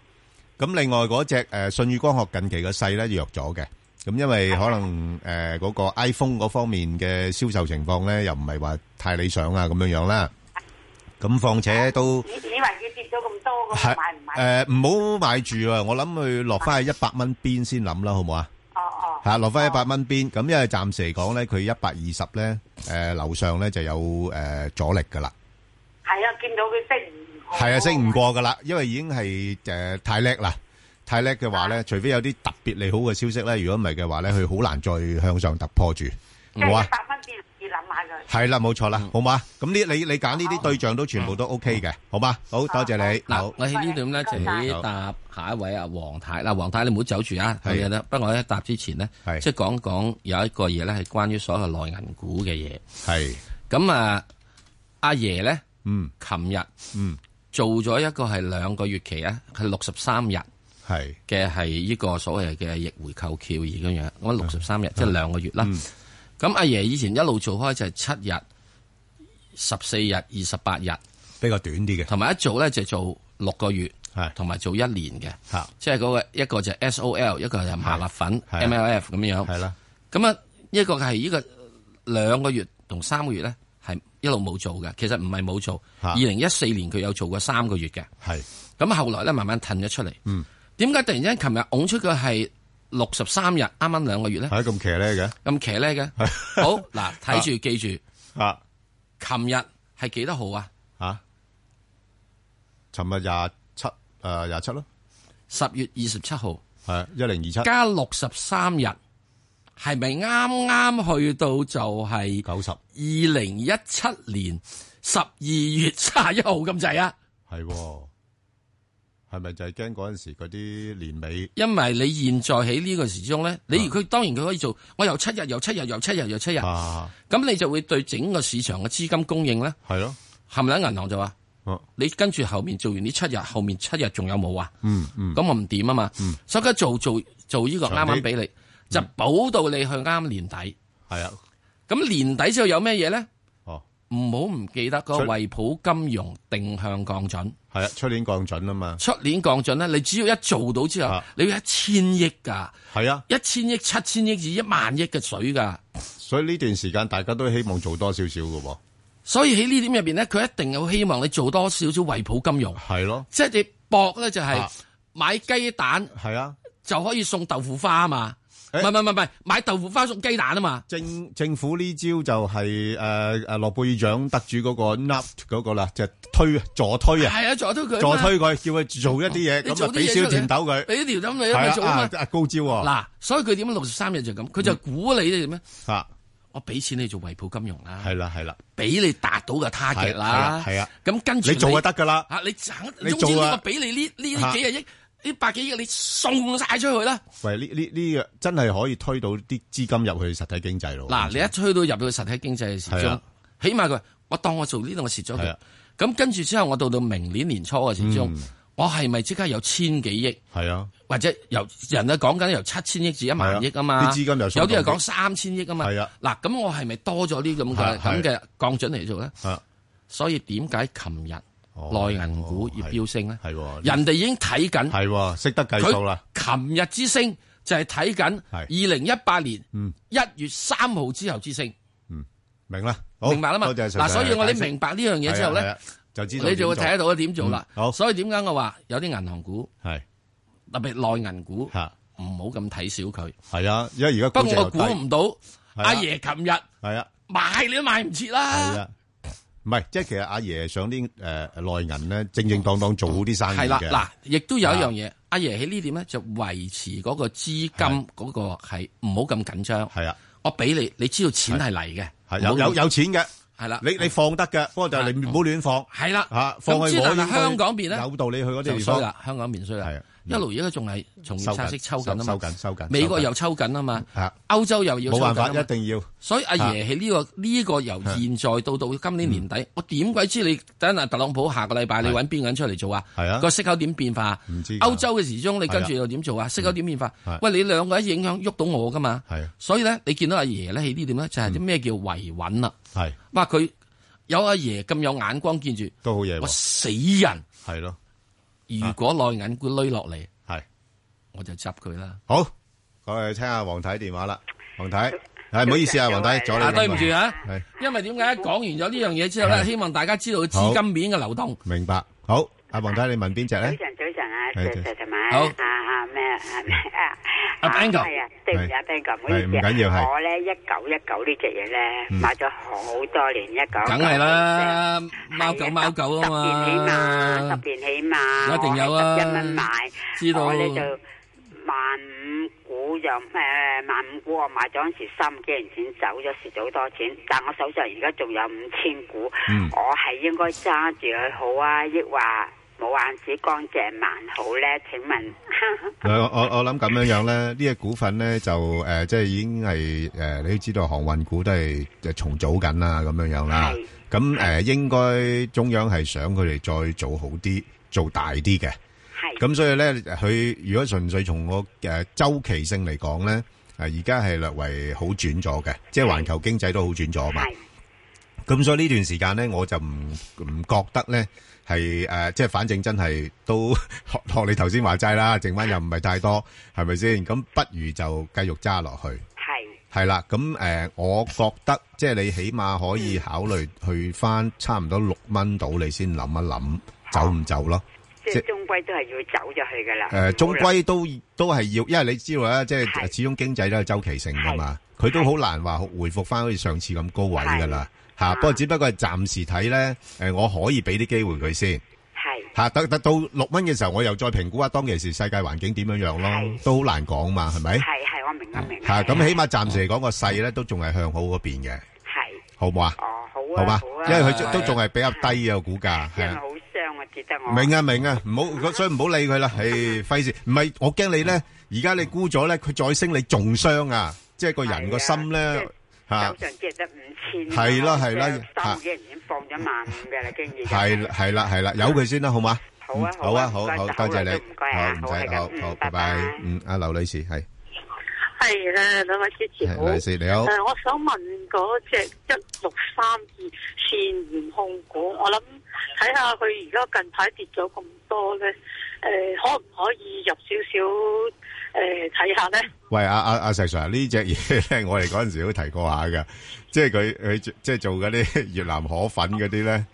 咁另外嗰隻，誒，信譽光學近期嘅勢呢，弱咗嘅。咁因為可能，誒，嗰個iPhone嗰方面嘅銷售情況呢，又唔係話太理想啊，咁樣樣啦。咁況且都
你以為佢跌咗咁多咁
係，
買唔買？
誒，唔好買住啊，我諗佢落返去100蚊邊先諗啦，好唔好啊？吓落翻一百蚊邊，咁因為暫時嚟講咧，佢一百二十咧，誒樓上咧就有誒阻力噶啦，
係啊，見到佢升唔過
係啊，升唔過噶啦，因為已經係誒太叻啦，太叻嘅話咧，除非有啲特別利好嘅消息咧，如果唔係嘅話咧，佢好難再向上突破住，
即係
好啊
一，百蚊跌跌諗下佢。
係啦，冇錯啦，好嘛，咁呢你你揀呢啲對象都全部都 OK 嘅，好嘛，好多謝你，
嗱
好，，
我喺呢度咧就喺答下一位
啊
阿黃太。嗱，黃太你唔好走住啊，
係
係啦。不過我喺答之前呢，即係講講有一個嘢咧係關於所有內銀股嘅嘢。
係。
咁啊，阿爺咧，
嗯，
琴日
嗯
做咗一個係兩個月期啊，係六十三日。
係
嘅係呢個所謂嘅逆回購票而咁樣，咁啊六十三
嗯
日即係兩個月啦。咁阿爺以前一路做開就係七日、十四日、二十八日，
比較短啲嘅。
同埋一做咧就做六個月，
同
埋做一年嘅
嚇，
即係嗰個一個就 S.O.L，一個就麻辣粉
係
M.L.F 咁樣。
係啦，
咁啊一個係呢個兩個月同三個月咧係一路冇做嘅，其實唔係冇做。二零一四年佢有做過三個月嘅，
係
咁後來咧慢慢褪咗出嚟。
嗯，
點解突然間琴日拱出佢係六十三日，啱啱兩個月咧？
係咁騎呢嘅，
咁騎呢嘅。
[laughs]
好嗱，睇住記住。
啊，
琴日係幾多號啊？
嚇，尋日廿七誒廿七咯，
十月二十七號，
係一零二七
加六十三日，係咪啱啱去到就係
九十
二零一七年十二月卅一號咁滯啊？
係喎，係咪就係驚嗰陣時嗰啲年尾？
因為你現在喺呢個時鐘咧，
啊
你佢當然佢可以做，我又七日，又七日，又七日，又七日，咁你就會對整個市場嘅資金供應咧，
啊係咯，
冚唪唥銀行就話
哦，
你跟住後面做完呢七日，後面七日仲有冇啊？
嗯嗯，
咁我唔掂啊嘛，所以而家做做做呢個
長
啱
啲嗯
啱俾你，就保到你去啱年底。
係啊，
咁年底之後有咩嘢咧？
哦，
唔好唔記得嗰個惠普金融定向降準。
係啊，出年降準啊嘛，啊
出年降準咧，你只要一做到之後，你要一千億㗎，
係啊，
一千億、七千億至一萬億嘅水㗎。
所以呢段時間大家都希望做多少少嘅喎，
所以喺呢點入邊咧，佢一定有希望你做多少少惠普金融，
係咯，
即係你搏咧就係
啊
買雞蛋，
係啊，
就可以送豆腐花啊嘛。唔係唔係唔係，買豆腐花送雞蛋啊嘛。
政政府呢招就係誒誒諾貝爾獎得主嗰個 NUT 嗰個啦，就推助推啊，
係啊，助推佢啊
助
嘛。
推佢，叫佢做一啲嘢，
你
咁
做
啊
啲
俾少
嘢出嚟
甜豆佢，
俾啲條氹你
係
咪
啊
做啊嘛
啊高招喎，嗯
嗱，所以佢點解六十三日就咁？佢就估你哋咩？
嚇，
我俾錢你做惠普金融啦，
啊係啦係啦，
俾你達到嘅 target 啦，
係啊係啊
咁跟住
你做就得㗎啦
嚇你肯，
你
總
做
之
啊
我俾你呢呢
嚇
呢幾廿億，呢百幾億你送晒出去啦。
喂，呢呢呢個真係可以推到啲資金入去實體經濟咯。
嗱，你一推到入去實體經濟嘅時
係
鐘
啊，
起碼佢話我當我做呢度我蝕咗
係
佢
啊，嗯
咁跟住之後我到到明年年初嘅時鐘，我係咪即刻有千幾億？
係啊，
或者由人啊講緊由七千億至一萬億啊
係啊
嘛，
啲資金又鬆動啲
有啲係講三千億啊嘛。
係啊
嗱咁我係咪多咗啲
係
咁嘅
係
咁嘅降準嚟做咧
啊？哦
所以點解琴日內銀股要飆升咧？
係喎
人哋已經睇緊，
係喎，識得計數啦。
佢琴日之升就係睇緊二零一八年
嗯
一月三號之後之升，
明啦，好
明白啦嘛。
多謝
嗱，所以我哋
解釋
明白呢樣嘢之後
係
咧
啊係啊，就知道
你就會
點做
睇得到點做啦。
嗯好
所以點解我話有啲銀行股
係
特別內銀股唔
好
咁睇小佢。
係啊，因為而家
不
估值
過
又
我
低
估唔到
係啊
阿爺琴日
係啊 à.
買你都買唔切啦。
係啊，à, ờ, 唔係，即係其實阿爺上啲，誒，內銀呢，正正當當做好啲生意嘅。啊
係啦，嗱，亦都有一樣嘢，阿爺喺呢點咧就維持嗰個資金嗰個係唔好咁緊張。
係啊，
我俾你，你知道錢係嚟嘅，
係，有-
唔好
有-有錢嘅。
係啦。
你-你放得嘅，不過就係你唔好亂放。
係啦。
嚇，放去
咁之但係
我應該
香港邊呢，
有道理去嗰啲地方。
dạ. 就衰啦，香港面衰啦。
係啊，
一路而家仲係從業
收緊，
拆息抽緊啊嘛，
收緊，收緊，
美國
收緊。
又抽緊啊嘛
啊，
歐洲又要抽緊啊嘛
冇辦法一定要啊
所以阿爺喺呢個呢個由現在到到今年年
嗯
底，我點鬼知你等下特朗普下個禮拜你揾邊個人出嚟做啊？
係啊
個息口點變化？
唔知㗎
歐洲嘅時鐘你跟住
係啊
又點做啊？息口點變化
係？
喂，你兩個一影響喐到我噶嘛？
係啊嗯
所以咧，你見到阿爺咧喺呢點咧，就係啲咩叫維穩啦？
係
哇！佢有阿爺咁有眼光，見住
都好嘢喎
我死人
係咯。
如果內銀股攞落嚟，
係
我就執佢啦。
à, 好，我哋聽下黃太電話啦。黃太，係，唔好意思啊，黃太，阻你咁耐。
啊，對唔住啊
係，
因為點解講完咗呢樣嘢之後咧，
係
希望大家知道資金面嘅流動。
明白。好，阿黃太，你問邊隻呢？
早晨，早晨啊，
係
石
早
石同埋
好
啊啊咩啊咩啊
阿 Bang 哥
係啊，對唔住啊
係
Bang 哥，唔好意思啊，
係唔緊要係
我咧一九一九呢只嘢咧買咗好多年，一九
梗係，啦，貓狗貓狗啊
十年起
à.
碼，
嘛，
十年起碼，
一定有啊
一蚊買，
知道
我咧就萬五股就誒萬五股，我買咗嗰時三幾年錢走咗，蝕咗好多錢，但我手上而家仲有五千股，
嗯
我係應該揸住佢好啊，抑或冇眼屎乾淨還好咧？請問？
我我我谂咁樣樣咧，呢只股份咧就诶、呃即係已經係诶、呃你都知道航運股都係呃重組緊啦，咁樣樣啦。咁诶、呃，应该中央係想佢哋再做好啲，做大啲嘅。咁所以咧，佢如果純粹從個诶周期性嚟講咧，诶而家係略為好轉咗嘅，即係環球經濟都好轉咗嘛。咁所以呢段時間咧，我就唔唔覺得咧係誒，即係反正真係都學學你頭先話齋啦，剩翻又唔係太多，係咪先？咁不 [laughs] 如就繼續揸落去。係啦，咁誒、呃我覺得即係你起碼可以考慮去翻差唔多六蚊到，你先諗一諗走唔走咯。
即係終歸都係要走咗去噶啦。
誒、終歸都都係要，因為你知道啦，即係始終經濟都係周期性噶嘛，佢都好難話回復翻好似上次咁高位噶啦嚇。不過只不過係暫時睇咧，誒、我可以俾啲機會佢先
係
嚇。等等到六蚊嘅時候，我又再評估下當其時世界環境點樣樣咯，都好難講嘛，係咪？
係係，我明我明。
嚇，咁起碼暫時嚟講個勢咧都仲係向好嗰邊嘅，
係
好唔好啊？
哦，好啊，
好嘛
好啊，
因為佢都都仲係比較低嘅個股價，
因為
係啊。
好傷啊，跌得我。
明啊明啊，唔好所以唔好理
[laughs]
佢啦，唉，費事，唔係我驚你咧，而家你沽咗咧，佢再升你仲傷啊，即係個人個心咧吓
手，上只係得五千。
啊係啦係啦啊
三幾年已經放咗萬五嘅啦，已經已經。
係係啦係啦，由佢先啦，好嘛？
好啊
嗯
好啊
好啊，
唔該
好好，
晒
多謝
好耐
你
都唔該，啊
好唔
好係
使，
咁
好
嗯
好，
拜
拜拜
拜，
嗯，阿劉女士係
系啦，兩位主持好。
係女士你好
誒我想問嗰隻一六三二善源控股，我諗睇下佢而家近排跌咗咁多咧，诶、可唔可以入少少诶睇下咧？
喂，阿阿阿石 Sir 呢 [laughs] 只嘢咧，我哋嗰陣時都提過下嘅，即係佢佢即係做嗰啲 [laughs] 越南河粉嗰啲咧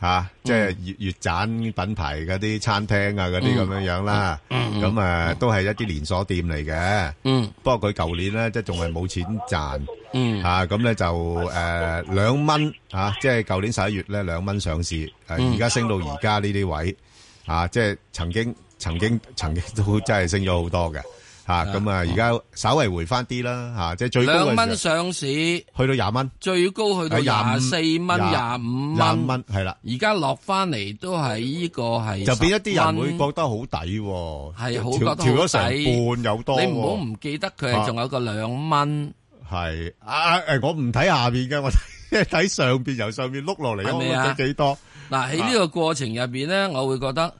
嚇，啊即係越越盞品牌嗰啲餐廳啊嗰啲咁樣樣啦，咁啊都係一啲連鎖店嚟嘅。
嗯，
不過佢舊年咧即係仲係冇錢賺，嗯嚇咁咧就誒兩蚊嚇，即係舊年十一月咧兩蚊上市，誒
嗯
而家升到而家呢啲位。啊，即係曾經、 [laughs] 曾經、曾經都真係升咗好多嘅，嚇咁啊！而家稍微回翻啲啦，嚇即係最高嘅時候
兩蚊上市，
去到廿蚊，
最高去到廿四蚊、廿五
廿
蚊。
蚊係啦，
而家落翻嚟都係呢個係
就變一啲人
10
會
蚊
覺得好抵喎，
係好
調
覺得好
調咗成
抵
半有多喎，啊
你唔好唔記得佢係仲有個兩蚊。
係啊誒，我唔睇下邊嘅，我 [laughs] 睇睇上邊由上邊碌落嚟，
係
我
咪
覺
啊
得幾多？
嗱喺呢個過程入邊咧，我會覺得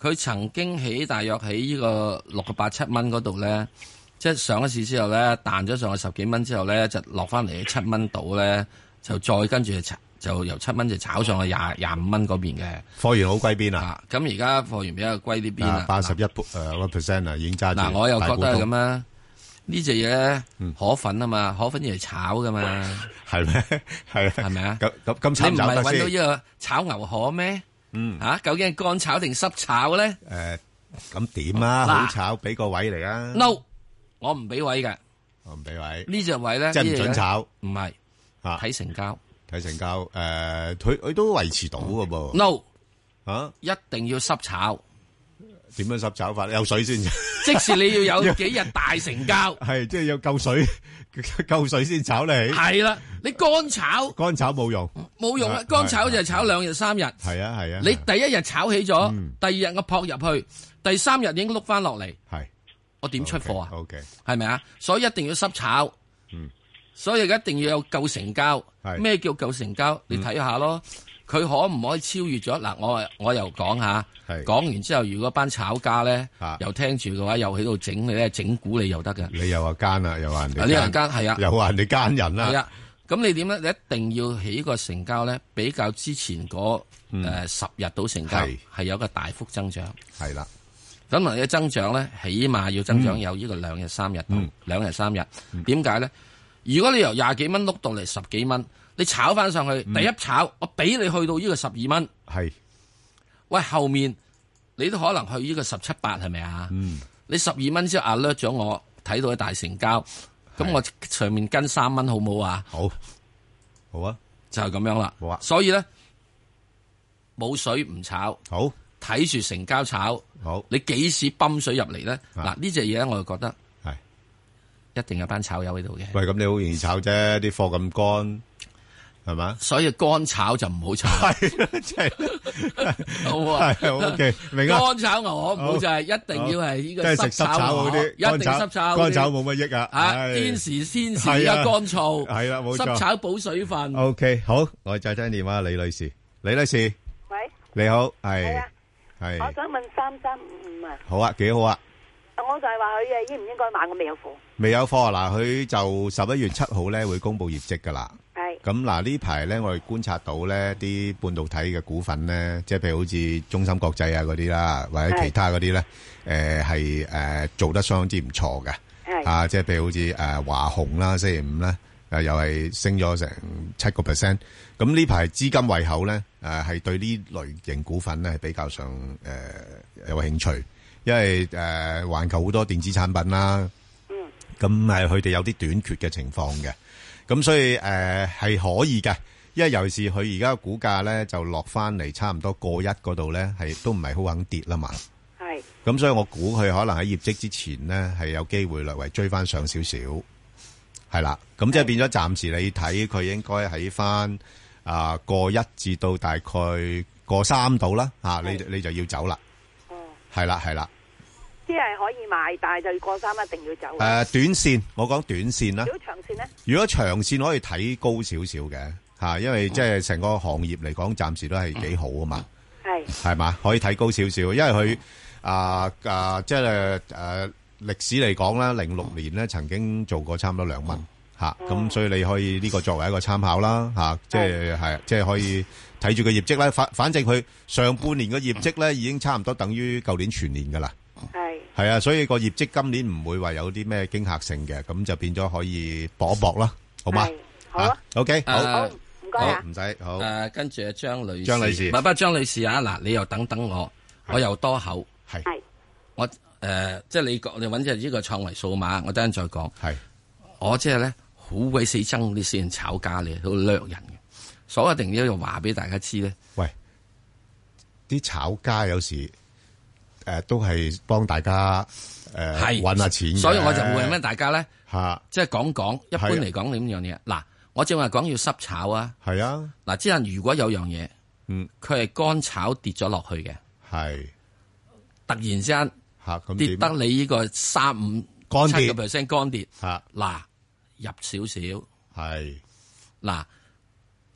佢曾經喺大約喺呢個六個八七蚊嗰度咧，即係上一市之後咧，彈咗上去十幾蚊之後咧，就落翻嚟喺七蚊度咧，就再跟住就炒就由七蚊就炒上去廿廿五蚊嗰邊嘅。
貨源好歸邊啊？
咁而家貨源比較貴啲邊
啊
啦，。
八十一誒個 percent 啊，已經揸住。
嗱，我又覺得係咁
啊，
啊，呢隻嘢咧
嗯
可粉啊嘛，可粉要嚟炒噶嘛，
係咩？ [laughs] 係係
咪啊？
咁咁咁
你
慘
唔
唔慘
係
得
揾到
先
呢？個炒牛河咩？
嗯，
嚇，究竟係乾炒定濕炒咧
誒，咁點啊？
嗱
好炒，俾個位嚟啊！
？No，我唔俾位嘅，
我唔俾位。
呢隻位咧，
即係唔
呢隻
准
呢
炒。
唔係
睇
成交。
睇成交誒，呃佢佢都維持到嘅噃。
No
啊，
一定要濕炒。
點樣濕炒法？有水先，即
即使你
[laughs]
要有幾日大成交，
係即係有夠水， [laughs] 夠水先炒你。
係啦，你乾炒
乾炒冇用，
冇用啦
係，
乾炒就係炒兩日三日。
係啊係啊，
你第一日炒起咗，第二日我撲入去，第三日已經碌翻落嚟。
係
我點出貨啊
？OK，
係咪啊？所以一定要濕炒。
嗯，
所以一定要有夠成交。咩叫夠成交？你睇下咯，佢可唔可以超越咗？嗱，我我又講下，講完之後，如果班炒家咧又聽住嘅話，又喺度整你咧，整蠱你又得嘅。
你又話奸啊，又話人哋
啊呢人奸係啊，
又話人哋奸人
係
啦
啊，，咁你點咧？你一定要起個成交咧，比較之前嗰誒十日到成交
嗯係
係有一個大幅增長。
係啦，
咁嗱，你嘅增長咧，起碼要增長
嗯
有呢個兩日三日到
嗯
兩日三日。點解咧？如果你由廿幾蚊碌到嚟十幾蚊，你炒翻上去，第一炒我俾你去到呢個十二蚊，
嗯係
喂後面你都可能去呢個十七八係咪啊？
嗯
你十二蚊之後 alert 咗我，睇到嘅大成交，咁我上面跟三蚊好唔好啊？
好，好啊，
就係咁樣啦。
好啊，
所以咧冇水唔炒，
好
睇住成交炒，
好。
你幾時泵水入嚟咧？嗱呢只嘢咧，我就覺得
係
一定有班炒友喺度嘅。
喂，咁你好容易炒啫，啲貨咁乾，係嘛？
所以乾
[laughs]
炒就唔好炒，
[laughs] 係啦，即係
好啊
係，OK，明啦
乾炒牛河唔好就係一定要係呢個
即係食
濕
濕炒
牛
嗰
河
啲，
一定濕炒嗰啲。
乾炒冇乜益啊！
啊，
唉
天時先時而
係
家
啊
乾燥，
係啦冇錯
濕炒補水分。
OK，好，我再聽電話，李女士，李女士，
喂，
你好，係
係啊
係
我想問三三五五啊，
好啊，幾好啊！
我就係話佢啊，應唔應該買？我未有貨。
未有貨啊嗱，佢就十一月七號咧會公布業績噶啦。
係
咁嗱，呢排咧我哋觀察到咧啲半導體嘅股份咧，即係譬如好似中芯國際啊嗰啲啦，或者其他嗰啲咧，誒係誒做得相當之唔錯嘅。
係
啊，即係譬如好似誒華虹啦、星期五咧，誒又係升咗成七個 percent。咁呢排資金胃口咧，誒係對呢類型股份咧係比較上誒有興趣，因為誒環球好多電子產品啦。咁誒佢哋有啲短缺嘅情況嘅，咁所以誒係、可以嘅，因為尤其是佢而家股價咧就落翻嚟差唔多過一嗰度咧，係都唔係好肯跌啦嘛。
係
咁所以我估佢可能喺業績之前咧係有機會略為追翻上少少，係啦。咁即係變咗暫時你睇佢應該喺翻啊過一至到大概過三度啦，嚇、你你就要走啦。哦，係啦，係啦。
啲係可以買，但係就過三一定要走
誒、
啊。
呃短線我講短線啦
如。果長線咧，
如果長線可以睇高少少嘅嚇，因為即係成個行業嚟講，暫時都係幾好啊嘛，
係
係嘛？可以睇高少少，因為佢啊啊，即係誒歷史嚟講啦，零六年咧曾經做過差唔多兩蚊嚇，咁所以你可以呢個作為一個參考啦嚇，即係係即係可以睇住個業績啦。反反正佢上半年嘅業績咧已經差唔多等於舊年全年㗎啦。
係
係啊，所以個業績今年唔會話有啲咩驚嚇性嘅，咁就變咗可以搏一搏啦，好嘛？好啊，OK，好，
誒
唔
該啊好唔使好。
誒，跟住阿張女士，
張女士
唔係不過張女士啊，嗱，你又等等我，我又多口，
係
我誒，即係你講你揾隻呢個創維數碼，我等陣再講。
係，
我即係咧好鬼死憎啲先炒家嚟，喺度掠人嘅，所以一定要話俾大家知咧。
喂，啲炒家有時誒都係幫大家誒
係
搵下錢嘅，
所以我就會咩大家咧，
吓，
即係講
啊
講，一般嚟講你咁樣嘢。嗱，我正話講要濕炒啊，
係啊，
嗱，之但如果有樣嘢，
嗯，
佢係乾炒跌咗落去嘅，
係
突然之間
吓
跌得你呢個三五
啊乾
七
跌
個 percent 乾跌，
吓
嗱入少少，
係
嗱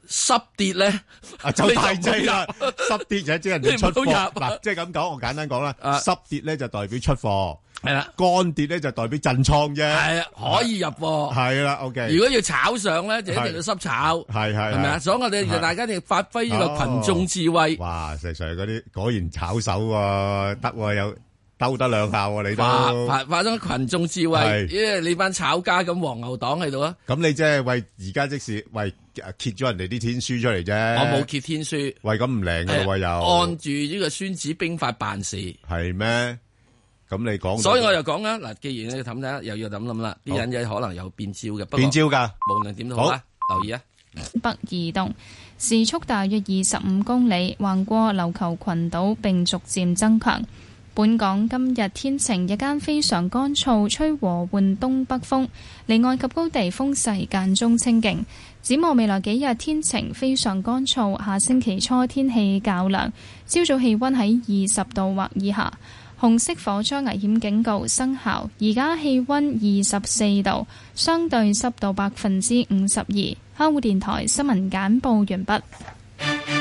濕跌咧
啊就大劑
[laughs]
啦，濕跌就即係人哋出
你唔好
貨
入
嗱，即係咁講，我簡單講啦，濕跌咧就代表出貨，
係啦，
乾跌咧就代表震倉啫，係
啊，可以入貨，
係啦，OK，
如果要炒上咧，就一定要
係
濕炒，
係係
係咪啊？
係
所以我哋
係哦
就大家一定要發揮呢個群眾智
慧。哦哇！石 Sir 嗰啲果然炒手喎，得喎，有兜得兩下喎，你都。
發發發生群眾智慧
係，
因為你班炒家咁黃牛黨喺度啊！
咁你即係為而家即時為呃揭咗人哋啲天書出嚟啫。
我冇揭天書，哎
喂，咁唔靚噶喎又。
按住呢個《孫子兵法》辦事，
係咩？咁你講到。
所以我就講啊啦，嗱，既然你氹睇，又要諗諗啦，啲人嘢可能有變招嘅，不過
變招㗎
無論點都好啦，留意啊。
北移動，時速大約二十五公里，橫過琉球群島並逐漸增強。本港今日天晴，日間非常乾燥，吹和緩東北風，離岸及高地風勢間中清勁。展望未來幾日天晴，非常乾燥。下星期初天氣較涼，朝早氣温喺二十度或以下。紅色火災危險警告生效，而家氣温二十四度，相對濕度百分之五十二。香港電台新聞簡報完畢。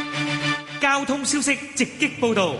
交通消息直擊報道。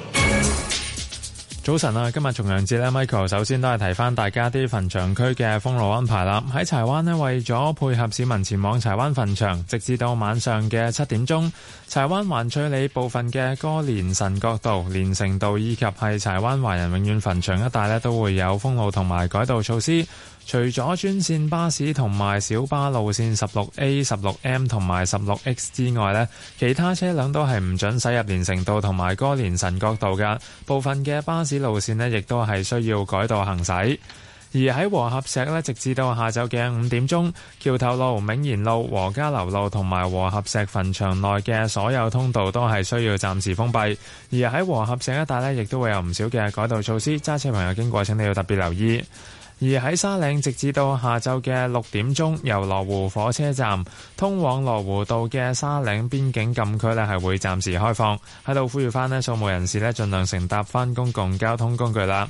早晨啊，今日重陽節咧，Michael 首先都係提翻大家啲墳場區嘅封路安排啦。喺柴灣咧，為咗配合市民前往柴灣墳場，直至到晚上嘅七點鐘，柴灣環翠里部分嘅歌連臣角道、連城道以及係柴灣華人永遠墳場一帶咧，都會有封路同埋改道措施。除咗專線巴士同埋小巴路線十六 A、十六 M 同埋十六 X 之外呢，其他車輛都係唔准駛入連城道同埋歌連臣角道嘅。部分嘅巴士路線呢，亦都係需要改道行駛。而喺和合石呢，直至到下晝嘅五點鐘，橋頭路、銘賢路、和家樓路同埋和合石墳場內嘅所有通道都係需要暫時封閉。而喺和合石一帶呢，亦都會有唔少嘅改道措施，揸車朋友經過請你要特別留意。而喺沙嶺，直至到下晝嘅六點鐘，由羅湖火車站通往羅湖道嘅沙嶺邊境禁區呢係會暫時開放。喺度呼籲翻呢，掃墓人士呢，盡量乘搭翻公共交通工具啦。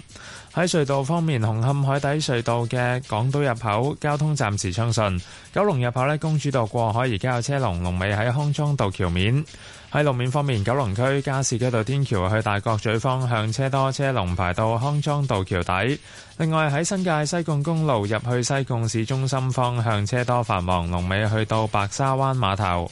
喺隧道方面，紅磡海底隧道嘅港島入口交通暫時暢順，九龍入口呢，公主道過海而家有車龍，龍尾喺康莊道橋面。喺路面方面，九龍區加士居道天橋去大角咀方向車多車龍排到康莊道橋底。另外喺新界西貢公路入去西貢市中心方向車多繁忙，龍尾去到白沙灣碼頭。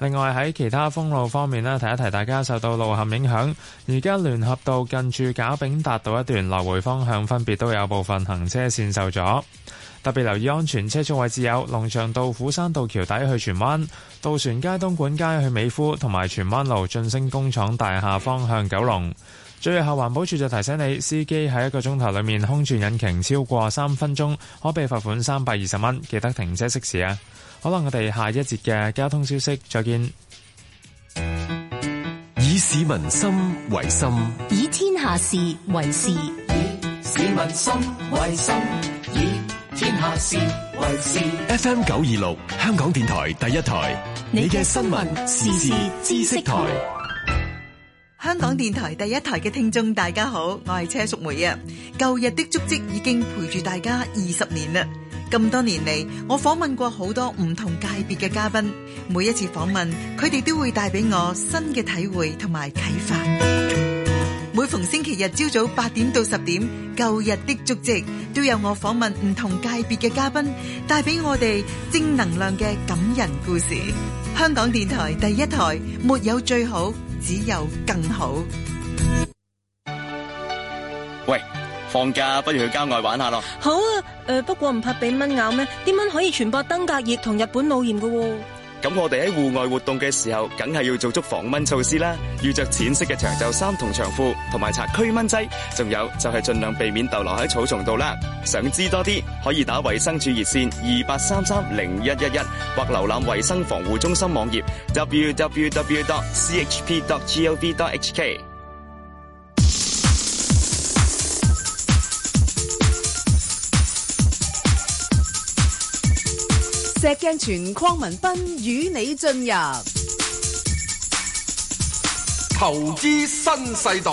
另外喺其他封路方面呢，提一提大家受到路陷影響，而家聯合道近住賈炳達道一段來回方向分別都有部分行車線受阻。特別留意安全車速位置有龍翔道、虎山道橋底去荃灣、渡船街、東莞街去美孚，同埋荃灣路晉升工廠大廈方向九龍。最後環保署就提醒你，司機喺一個鐘頭裏面空轉引擎超過三分鐘，可被罰款三百二十蚊。記得停車熄匙啊！好啦，我哋下一節嘅交通消息再見。
以市民心為心，
以天下事為事，
市民心為心，以天下事為事。
FM 九二六，香港電台第一台，你嘅新聞時事知識台。
香港電台第一台嘅聽眾大家好，我係車淑梅啊。舊日的足跡已經陪住大家二十年啦。咁多年嚟，我訪問過好多唔同界別嘅嘉賓，每一次訪問，佢哋都會帶俾我新嘅體會同埋啟發。每逢星期日朝早八點到十點，舊日的足跡都有我訪問唔同界別嘅嘉賓，帶俾我哋正能量嘅感人故事。香港電台第一台，沒有最好，只有更好。
喂，放假不如去郊外玩下咯。
好啊。誒、呃，不過唔怕俾蚊咬咩？啲蚊可以傳播登革熱同日本腦炎㗎喎。
咁我哋喺戶外活動嘅時候，梗係要做足防蚊措施啦。要着淺色嘅長袖衫同長褲，同埋搽驅蚊劑。仲有就係盡量避免逗留喺草叢度啦。想知多啲，可以打衛生署熱線二八三三零一一一，或瀏覽衛生防護中心網頁 www.chp.gov.hk。
石鏡泉鄺民彬與你進入
投資新世代，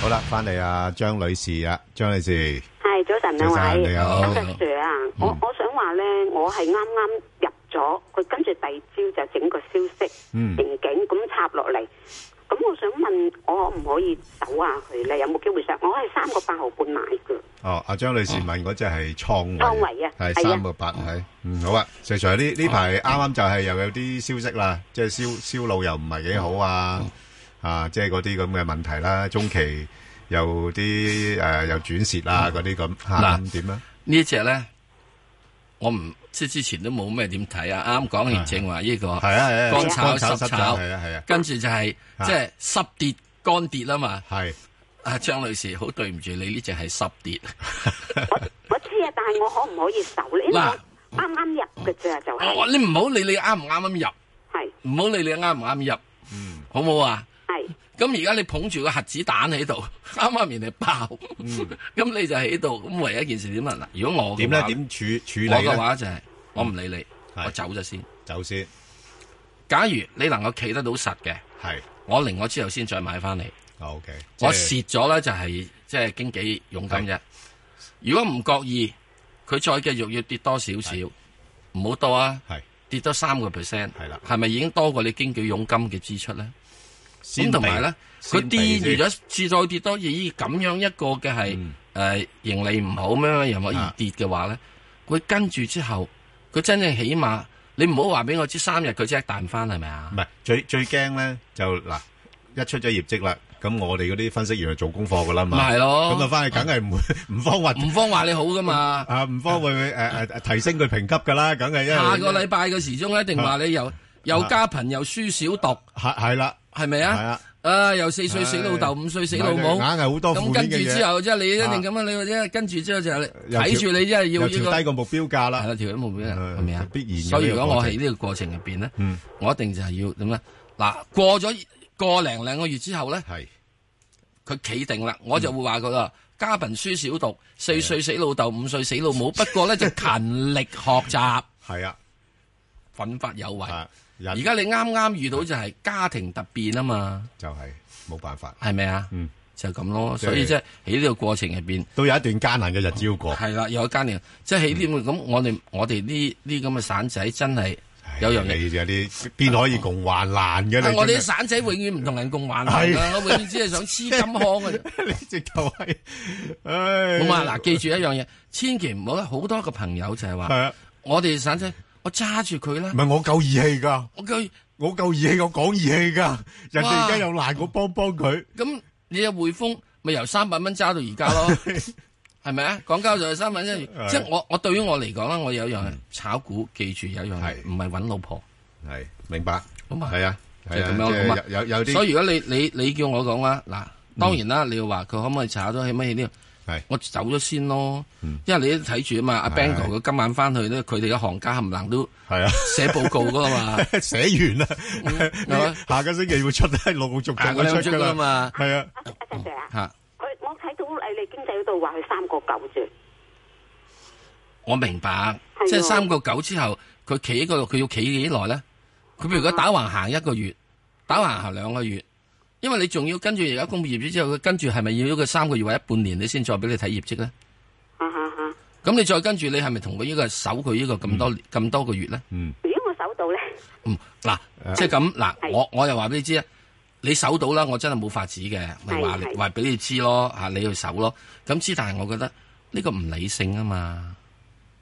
好啦，翻嚟啊，張女士啊，張女士，
係早晨兩位，
你好
石 Sir 啊，我我想話咧，我係啱啱入咗，佢跟住第二朝就整個消息
嗯
情景咁插落嚟，咁我想問我可唔可以搜下佢咧？有冇機會上？我係三個八毫半買嘅，
哦，阿張女士問嗰隻係倉
倉位啊
係
係啊
三個八，係嗯好啊。石 Sir 呢呢排啱啱就係又有啲消息啦，即係銷銷路又唔係幾好啊，啊，即係嗰啲咁嘅問題啦，中期又啲誒又轉蝕啊嗰啲咁嚇，
嗯嗱
咁點啊？
呢一隻咧，我唔即係之前都冇咩點睇啊！啱講完正話呢個
係啊係啊
乾炒
乾炒
濕
濕
炒，
炒係啊係啊
跟住就係
啊
即係濕跌乾跌啊嘛。
係
啊，張女士，好對唔住你呢只係濕跌。
我知啊，但係我可唔可以守咧？因為
嗱
我啱啱入嘅啫，就係、
哦，你唔好理你啱唔啱啱
入，
系唔好理你啱唔啱入，
嗯
好唔好啊？
系。
咁而家你捧住個核子彈喺度， [laughs] 啱啱人哋爆， [laughs] 咁你就喺度，咁唯一一件事點啊？嗱，如果我
嗯點
咧
咧？點處處理
我
咧
嘅話就係我唔理你，我走咗先，
走先。
假如你能夠企得到實嘅，
係
我寧我之後先再買翻嚟。
O K，
我蝕咗咧就係即係經紀佣金啫。如果唔覺意，佢再繼續要跌多少少，唔好多啊，跌多三個 percent，係啦，係咪已經多過你經紀佣金嘅支出咧？
先
咁同埋
避
咧，
先
佢
避
跌
先嗯
完咗，次再跌多，咦咁樣一個嘅係誒盈利唔好咩咩，又可以
啊
跌嘅話咧，佢跟住之後，佢真正起碼你唔好話俾我知三日佢即刻彈翻係咪啊？
唔係最最驚咧就嗱，一出咗業績啦，咁我哋嗰啲分析員就做功課噶啦嘛，
咪係咯
咁啊翻去梗係唔會吳方話
吳方話你好噶嘛，
啊吳方會誒誒提升佢評級噶啦，梗係因為啊
下個禮拜嘅時鐘一定話你又又家貧又輸少讀，
係係啦，
係咪啊？
係啊。
啊！又四歲死老豆，
唉
五歲死老母，
硬係好多負
咁
面
跟
嘅
住
嘢
之後，即係你一定咁啊！你即係跟住之後就係你睇住你，即係要
又調低個目標價啦，係
啦，調低目標
係咪啊？必然嘅
所以
呢
如
個嗯
果我
過
喺
程
呢個過程入邊咧，我一定就係要點咧？嗱，過咗個零兩個月之後咧，佢企定啦，我就會話佢啦。
嗯
家貧書少讀，四歲
啊
死老豆，五歲死老母。不過咧就勤力學習，
[laughs] 係啊，
奮發有為。而家你啱啱遇到就係家庭突變啊嘛，
就係冇辦法，
係咪啊？
嗯，
就咁咯。所以即係喺呢個過程入邊，
都有一段艱難嘅日子要過。
係啦，有艱難，即係喺呢個咁，我哋我哋呢呢咁嘅散仔真係有樣嘢。
你有啲邊可以共患難嘅
啊
你？
我哋啲散仔永遠唔同人共患難
係
㗎我永遠只係想黐金康嘅啫。
[laughs] 你直頭係，唉
好嘛？嗱，記住一樣嘢，千祈唔好啦。好多個朋友就係
係
話
啊，
我哋散仔，我揸住佢啦
唔。係我夠義氣㗎，
我夠
我夠義氣，我講義氣㗎，人哋而
哇
家有難，我幫幫佢。
咁你嘅匯豐咪由三百蚊揸到而家
[laughs]
咯，係咪啊？港交就係三百蚊，
係
即係我我對於我嚟講啦，我有一樣嘢炒股，記住有一樣嘢唔係揾老婆，
係明白？
好嘛？
係啊，
就
係
咁
啊，
樣好嘛
即係有有有啲，嗯
所以如果你你你叫我講啦，嗱，當然啦，你要話佢可唔可以炒到起乜嘢呢？
係嗯
我走咗先咯，因為你都睇住啊嘛，阿 Bang 哥佢今晚翻去咧，佢哋嘅行家冚唪唥都
係啊
寫報告噶嘛，
[laughs] 寫完啦， [laughs]
係嘛
下個星期會出， [laughs] 陸陸續
下
續
個
會
兩
出
出
㗎
噶
啦
嘛，
係啊，
嚇。
佢我睇到誒你經濟嗰度話佢三個九啫，
我明白，即係三個九之後，佢企喺嗰度，佢要企幾耐咧？佢譬如如果打橫行一個月，打橫行兩個月，因為你仲要跟住而家公布業績之後，佢跟住係咪要佢三個月或者半年，你先再俾你睇業績咧？咁你再跟住，你係咪同佢呢個守佢呢個咁多咁多個月咧？
嗯，
如果我守到咧，
嗱，即係咁嗱，我我又話俾你知啊，你守到啦，我真係冇法子嘅，咪話你
係
話俾你知咯，啊吓你去守咯。咁之但係我覺得呢個唔理性啊嘛。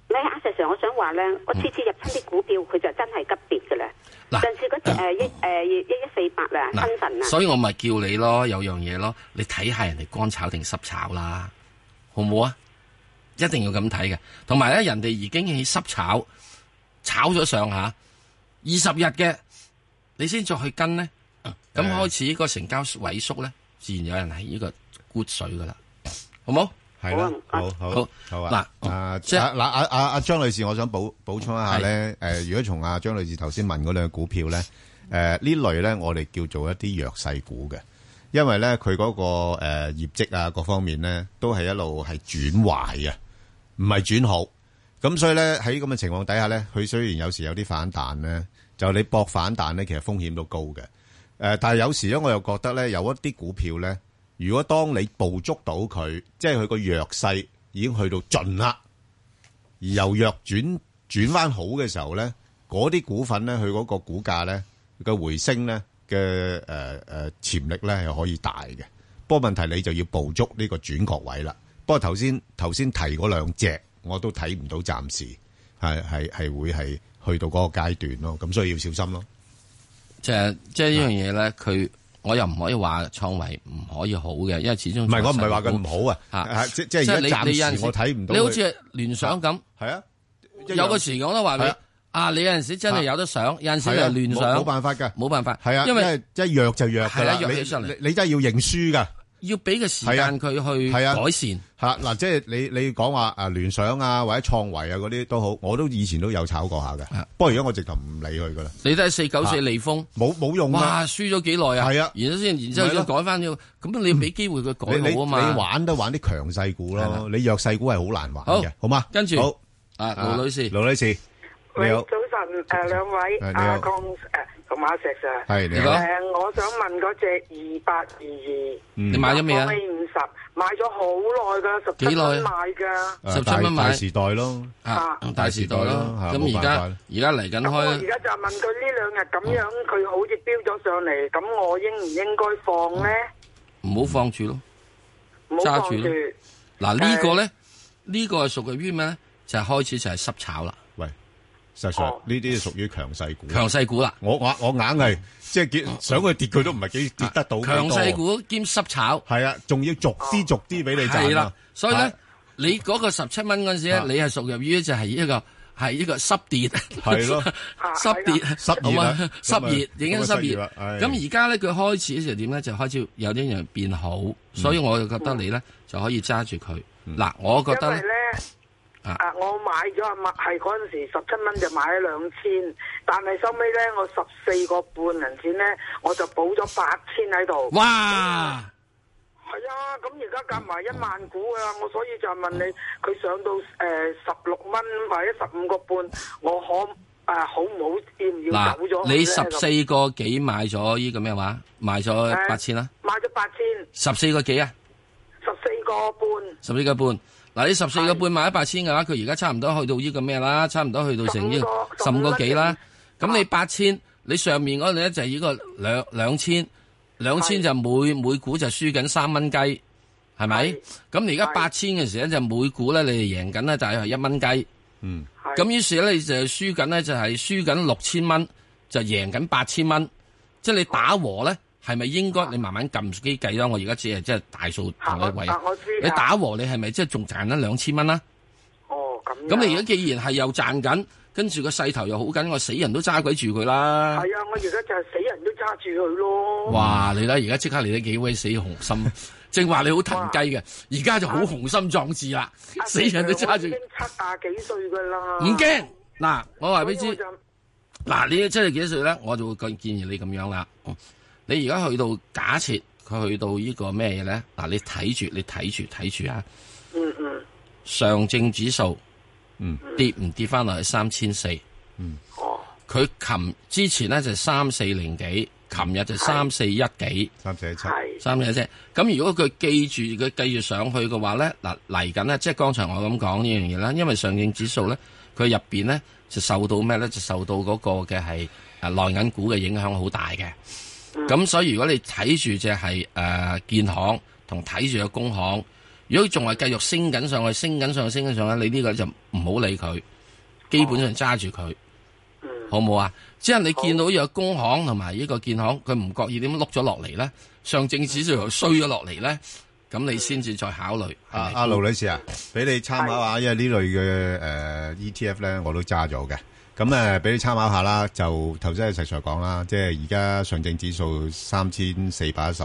咧阿石 Sir，我想話
嗯
咧，我次次入親啲股票佢就真係急跌嘅啦。上次嗰只誒一誒一一四八啊，
嗱
新神啊，
所以我咪叫你咯，有樣嘢咯，你睇下人哋乾炒定濕炒啦，好唔好啊？一定要咁睇嘅，同埋咧，人哋已經喺濕炒炒咗上下二十日嘅，你先再去跟咧，
嗯
咁開始個成交萎縮咧，自然有人喺呢個沽水噶啦，好冇？
係啦，好啊好好啊！嗱，啊，
即係
啊嗱，阿阿阿張女士，我想補補充一下咧，誒，如果從阿張女士頭先問嗰兩隻股票咧，誒呢類咧，我哋叫做一啲弱勢股嘅，因為咧佢嗰個誒業績啊各方面咧，都係一路係轉壞嘅，唔係轉好。咁所以咧喺咁嘅情況底下咧，佢雖然有時有啲反彈咧，就你搏反彈咧，其實風險都高嘅。誒、但係有時咧，我又覺得咧，有一啲股票咧，如果當你捕捉到佢，即係佢個弱勢已經去到盡啦，而由弱轉轉翻好嘅時候咧，嗰啲股份咧，佢嗰個股價咧嘅回升咧嘅誒誒潛力咧係可以大嘅。不過問題你就要捕捉呢個轉角位啦。不過頭先頭先提嗰兩隻我都睇唔到，暫時係係係會係去到嗰個階段咯。咁所以要小心咯。
即係即係呢樣嘢咧，佢我又唔可以話創維唔可以好嘅，因為始終
唔係我唔係話佢唔好啊
嚇
啊即即係而家
你
暫時
你有陣時
我睇唔到
你好
佢
似聯想咁，
係啊，一樣
有個時講都話俾你
係啊
啊，你有陣時真係有得想，有陣時係
係啊
亂
冇冇
想，
辦法㗎，
冇辦法，
係啊，
因為
為即係弱就弱㗎
係
啦
啦，弱
你
起上嚟
你你真係要認輸㗎。
要俾個時
係啊
間佢去
係啊
改善。
吓嗱，即係你你講話啊聯想啊或者創維啊嗰啲都好，我都以前都有炒過下嘅。不過而家我直頭唔理佢㗎啦。
你睇四九四利豐，
啊冇冇用㗎
哇，輸咗幾耐啊？
係啊
然之先，然之後
咪
要
咯
改翻咗，咁你要俾機會佢
你
改
你
好啊嘛。
你玩都玩啲強勢股
係
咯
啦，
你弱勢股係好難玩嘅
好，
好嘛？
跟住
好
啊盧女士
盧女士，
喂，
你好
早。晨，诶，两位
誒你好
阿邝诶同埋阿石 Sir，
係你好
诶，我想問嗰只二八二二，
嗯你買咗未啊
尾五十，買咗好耐噶，十七
幾耐啊
蚊買㗎。
誒
17
大
蚊買
大時代咯，
啊，大時代
大時代
咯，
咯
咁
嚇
而
冇辦法啦
家而家啊嚟緊
咁我而
開，
家就問佢呢兩日咁樣，佢好似飆咗上嚟，咁我應唔應該放咧？
唔好放住咯，
唔好
揸
放
住
住
咯。。嗱呢個咧，呢個係屬於咩咧？就係開始就係濕炒啦。
喂，實上呢啲屬於強勢股。
強勢股啦，
我我我硬係即係見想佢跌，佢都唔係幾跌得到幾多。
強勢股兼濕炒。
係啊，仲要逐啲逐啲俾你賺啊。
係啦，所以咧
係，
你嗰個十七蚊嗰陣時咧，
啊
你係屬入於就係一個係一個濕跌，
係咯
[laughs] 濕跌
濕熱
好
啊
嘛
咁啊
濕熱已經濕
咁啊濕熱
熱
啦。唉
咁而家咧，佢開始就點咧？就開始有啲人變好，所以我就覺得你咧就可以揸住佢。
嗯
嗱，我覺
因
得
為
咧
咧，
啊
啊，我買咗啊，係嗰陣時十七蚊就買咗兩千，但係收尾咧，我十四個半銀錢咧，我就補咗八千喺度。
哇！
係啊，咁而家夾埋一萬股啊，我所以就問你，佢上到誒十六蚊或者十五個半，我可啊好唔好要唔要走咗
嗱，
佢呢？
你十四個幾買咗呢個咩話？買咗
誒
八千啦，
買咗八千，
十四個幾啊？
十四個半。
十四個半。嗱，你十四個半買一八千嘅話，佢而家差唔多去到呢個咩啦？差唔多去到成呢個十五個幾啦。咁
啊
你八千，你上面嗰度咧就係呢個兩兩千，兩千就每每股就輸緊三蚊雞，係咪？咁你而家八千嘅時咧就每股咧你哋贏緊咧就係一蚊雞。
嗯。
咁於是咧你就輸緊咧就係輸緊六千蚊，就贏緊八千蚊。即係你打和咧，係咪應該你慢慢撳機計啦？我而家只係即係大數同你位
啊啊我知。
你打和你係咪即係仲賺緊兩千蚊啦？啊
哦，咁樣
咁你而家既然係又賺緊，跟住個勢頭又好緊，我死人都揸鬼住佢啦！
係啊，我而家就係死人都揸住佢咯。
哇！你睇而家即刻嚟得幾鬼死雄心，
[laughs]
正話你好騰雞嘅，而家就
啊
好雄心壯志啦，死人都揸住
我已經，七啊幾歲㗎啦。
唔驚。嗱，我話俾你知。
所以我就
嗱，你真係幾多歲咧？我就會建建議你咁樣啦。哦你而家去到假設佢去到呢個咩嘢咧？嗱，你睇住，你睇住，睇住啊！
嗯嗯，
上證指數，
嗯，
跌唔跌翻落去三千四？
嗯，
佢琴之前咧就三四零幾，琴日就三四一幾，
三四一七，
三四一七。咁如果佢記住佢繼續上去嘅話咧，嗱嚟緊咧，即係剛才我咁講呢樣嘢啦，因為上證指數咧，佢入邊咧就受到咩咧，就受到嗰個嘅係誒內銀股嘅影響好大嘅。
嗯
咁所以如果你睇住只係誒建行同睇住個工行，如果仲係繼續升緊上去、升緊上去、升緊上去，你呢個就唔好理佢，基本上揸住佢，好唔好啊？即係你見到有工行同埋呢個建行，佢唔覺意點碌咗落嚟咧，上證指數又衰咗落嚟咧，咁你先至再考慮。
阿阿盧女士啊，俾你參考下，因為呢類嘅，E 诶 ETF 咧，我都揸咗嘅。咁誒，俾你參考下啦。就頭先阿石 Sir 講啦，即係而家上證指數三千四百一十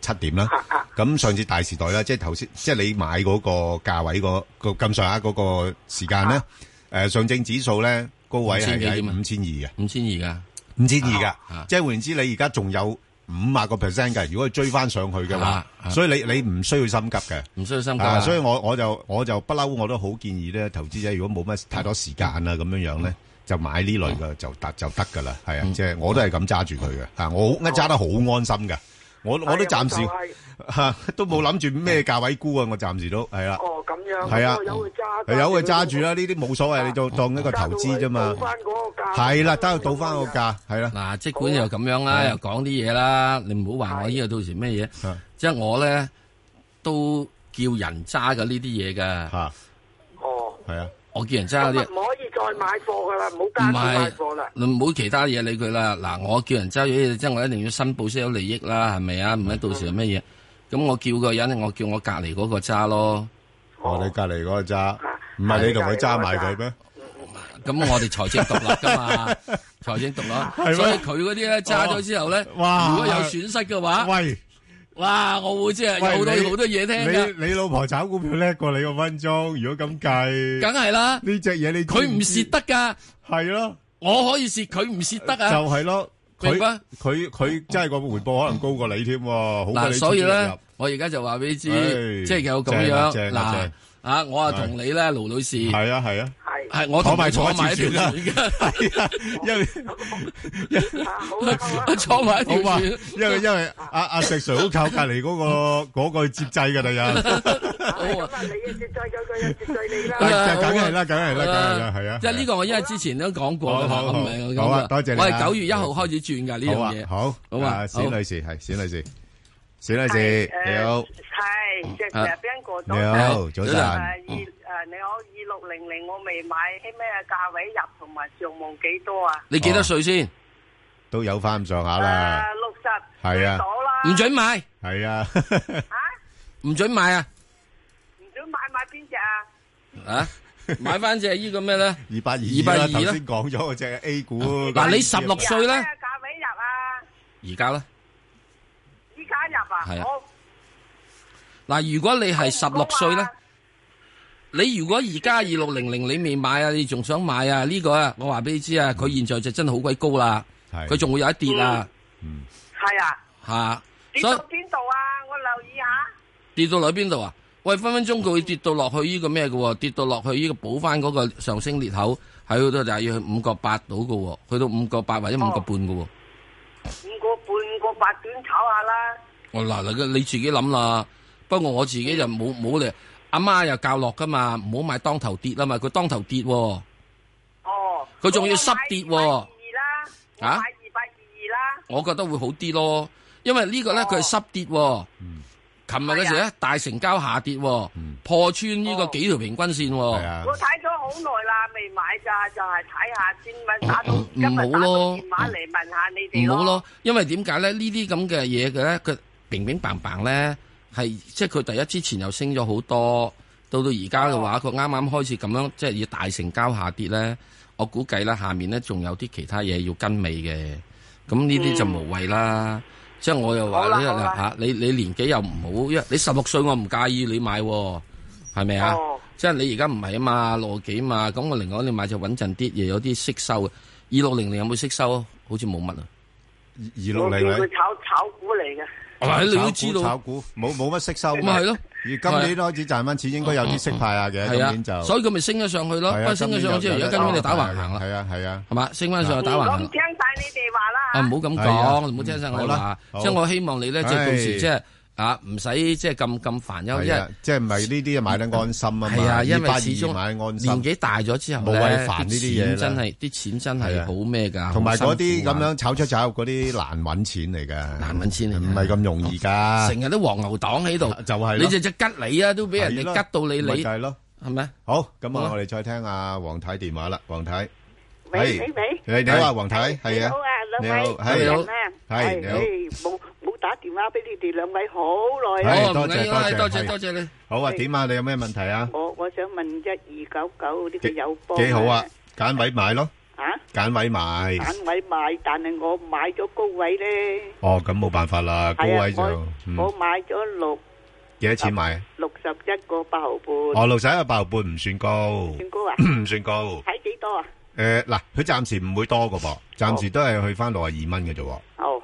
七點啦。
啊
咁上次大時代啦，即係頭先，即係你買嗰個價位個個咁上下嗰個時間咧，
啊
誒上證指數咧高位係喺五千二嘅，
五千二啊
嘅，五千二嘅。即係換言之，你而家仲有五啊個 percent 嘅，如果佢追翻上去嘅話
啊，啊
所以你你唔需要心急嘅。
唔需要心急
啊，
啊。
所以我我就我就不嬲，我都好建議咧，投資者如果冇乜太多時間啊咁樣樣咧，就買呢類嘅就得就得噶啦，係啊，即係我都係咁揸住佢嘅，啊，我我揸得好安心嘅，我我都暫時嚇 [laughs] 都冇諗住咩價位沽啊，我暫時都係啦，
哦咁樣，
係啊
咁我有去揸，
係有佢揸住啦，呢啲冇所謂，你就當一個投資啫嘛，係啦，得倒翻個價，係啦，
嗱，啊即管又咁樣啦，
係
又講啲嘢啦，你唔好話我呢個到時咩嘢，即係我咧都叫人揸嘅呢啲嘢㗎。
嚇，
哦，
係啊，
我叫人揸嗰啲
咁，唔可以再買貨噶啦，唔好加
哦唔
佢買貨
係
啦。
[laughs]
你唔好其他嘢理佢啦。嗱，我叫人揸咗嘢，即係我一定要申報先有利益啦，係咪啊？唔係到時係乜嘢？咁我叫個人，我叫我隔離嗰個揸咯。
我哋隔離嗰個揸，唔係你同佢揸埋佢咩？
啊咁我哋財政獨立噶嘛，
[laughs]
財政獨立，
咩
所以佢嗰啲咧揸咗之後咧，
哇
如果有損失嘅話，
喂，
哇，我會即係有好
喂，你-
多好多嘢聽㗎。
你-你老婆炒股票叻過你個分鐘，如果咁計。
梗係啦，
呢隻嘢你知唔知？
佢唔蝕得㗎，
係咯。
我可以蝕，佢唔蝕得啊。
就係咯，佢-
明白。
佢-佢真係個回報可能高過你添喎，好過
嗱，
你
所以
直接入。
[laughs] 咧，我而家就話俾你知，
唉
即係有咁
正啊
樣
正啊
嗱
正，
啊，我啊同你咧，盧女士，係
啊係啊，
係我同
坐埋
你
坐
坐
一
埋一
條船
條
啦
船嘅，
坐
埋一條
好嘛，
船
因為-因為阿-阿石Sir好靠隔離嗰個-嗰個接濟㗎，第日。梗係啦，梗係啦，梗係啦，係啊，
即係呢個我因為之前都講過㗎啦，
好好
我唔係我講
好啊
㗎
多謝你啊
我係九月一號開始轉㗎呢樣嘢，
好啊，好。
好啊，
啊，
好。
冼女士，係，冼女士。冼女士，你好。
系，隻
啊
石边個早
你好
晨
早晨
啊二诶，你好，二六零零我未買，喺咩啊價位入，同埋上望幾多啊？
你
Ờ.
幾多歲先？
都有返咁上下啦。
誒六十
啊係啊
到啦，
唔准買，
係
[laughs]
啊，
唔准買啊，
唔准買買邊只啊？
[laughs]
啊，買翻只呢個咩咧？
222
二百二
啦，
啦。
啊頭先講咗嗰隻A股
嗱，你16歲呢
咩價位入啊？
而家咧，
依家入啊？
係啊
我
嗱，如果你係十六歲咧，你如果而家二六零零你未買啊，你仲想買啊？呢、個啊，我話俾你知啊，佢現在就真係好鬼高啦，佢仲會有一跌啊，
係啊，
吓、
跌
所
到
以
邊度啊？我留意下。
跌到落去邊度啊？喂，分分鐘佢會跌到落去呢個咩嘅喎？跌到落去呢個補翻嗰個上升裂口，係去到大約五個八到嘅喎，去到五個八或者五個半嘅喎。
五個半個八短炒下啦，
我哦嗱嗱，你自己諗啦。不過我自己就冇冇嚟，阿媽又教落噶嘛，唔好買當頭跌啊嘛，佢當頭跌喎、
哦，
佢仲要濕跌喎、
二啦，我買
哦啊
二百二二啦，
我覺得會好啲咯，因為呢個咧佢係濕跌喎。琴日嗰時咧大成交下跌喎，破穿呢個幾條平均線喎。
我睇咗好耐啦，未買咋，就係睇下先問打到
唔好咯，
電話嚟問下你哋
唔好咯，因為點解咧？呢啲咁嘅嘢嘅咧，佢平平白白咧係即係佢第一之前又升咗好多，到到而家嘅
哦
話，佢啱啱開始咁樣即係以大成交下跌咧，我估計啦，下面咧仲有啲其他嘢要跟尾嘅，咁呢啲就無謂啦。即係我又話呢
嗯好啦好啦
嚇，你你年紀又唔好，因為你十六歲我唔介意你買喎，係咪啊？即係你而家唔係啊嘛，六幾嘛，咁我另外你買就穩陣啲，又有啲息收嘅。二六零零有冇息收啊？好似冇乜啊。
二六零零
佢炒炒股嚟嘅，
係你都知道
炒股冇冇乜息收，
咪係咯
[laughs] 而今年開始賺翻錢，應該有啲息派下嘅，今
係
年就
啊，所以佢咪升咗上去咯。不
係啊
過升咗上去之
今
後，而
年
家
有
跟住你打橫行啦，
係啊係啊，
係嘛？升翻上哦去打橫
我
行
唔
啦。
聽晒你哋話啦
啊，唔好咁
係啊
講，唔好聽晒
好
我
啦
話。
好
即係我希望你咧，即係到
唉
時即係啊，唔使即係咁咁煩憂，因
係
為
啊，即係唔係呢啲買得安心啊嘛，
係啊，因為
282
始終
買得安心
年紀大咗之後
冇
咧，
謂煩呢啲嘢啦
錢真係啲錢真係好咩㗎，
同埋嗰啲咁
好辛苦啊
樣炒出炒入嗰啲難揾錢嚟㗎，難揾錢唔係咁容易㗎，
成日都黃牛黨喺度，
[laughs] 就係咯
你隻隻吉你啊，都俾人哋
係咯
吉到你
咪
你
就係咯，
係咪？
好，咁啊，
好啊
我哋再聽阿黃太電話啦，黃太，
喂
係
喂喂
你你好啊，黃太，係
你
啊
好啊，，
你
兩
好
位，
係
主持人啊，
係你好
唉，冇冇打電話俾你哋兩位好耐
係
啦，
多謝多謝
多
多
謝多
謝多
謝
謝你。
好啊，點啊？你有咩問題啊？
我我想問一二九九呢個友邦
幾好啊，揀位買咯，
啊，
揀位買，
揀位買，但係我買咗高位咧，
哦，咁冇辦法啦，高
係
位
啊，
就嗯
我我買咗六
幾多錢買啊？
六十一個八毫半，
哦，六十一個八毫半唔算高，
算高啊
唔算高。
睇幾多啊？
誒呃嗱，佢暫時唔會多個噃，暫時都係去翻六十二蚊嘅啫喎。
哦，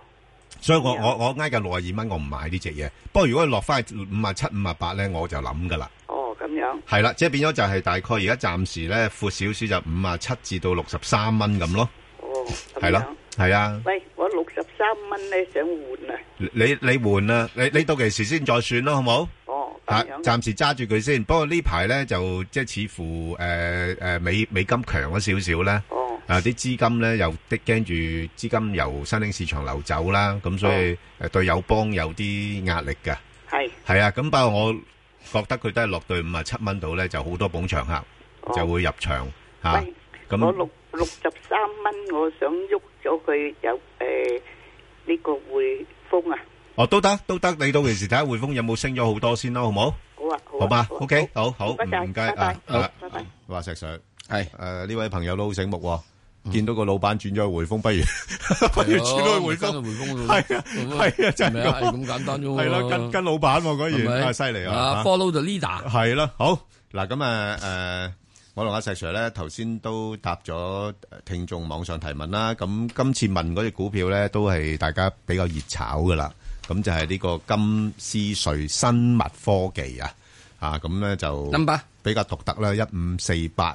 所以我我我挨近六十二蚊，我唔買呢只嘢。不過如果佢落翻去五啊七、五啊八咧，我就諗噶啦。
哦咁樣，
係啦，即係變咗就係大概而家暫時咧闊少少就五啊七至到六十三蚊咁咯。
哦，咁
係
樣
咯，係啊。
喂，我六十三蚊咧想換啊，
你你換啦，你你到期時先再算咯，好冇？
哦，
啊
咁樣，
暫時揸住佢先。不過呢排咧就即係似乎誒誒美美金強咗少少咧。
哦。
啊！啲資金咧又的驚住資金由新興市場流走啦，咁所
哦
以誒對友邦有啲壓力嘅。
係
係啊，咁不過我覺得佢都係落對五啊七蚊度咧，就好多捧場客就會入場嚇。咁
哦我六六十三蚊，我想喐咗佢有誒呢個匯豐啊，
哦都得都得，你到時睇下匯豐有冇升咗好多先咯，好冇？
好啊，好啊
好嘛
好啊
，OK，好好，
唔該晒
唔該
拜拜
啊，
好
啊
拜拜，
話石水。誒，呢位朋友都好醒目喎，見到個老闆轉咗去匯豐，不如- [laughs]
啊
不如轉去匯豐。係啊，係啊，真係
係咪啊？
咁。
係咁簡單啫喎。
係啦，跟-跟老闆喎，果然。
係咪？
啊，犀利啊，
啊，
啊。
follow the leader。
係啦，好。嗱，咁，誒，誒，我同阿石Sir呢，頭先都答咗聽眾網上提問啦，咁今次問嗰隻股票呢，都係大家比較熱炒㗎啦。咁就係呢個金絲瑞生物科技啊，啊，咁呢就3548。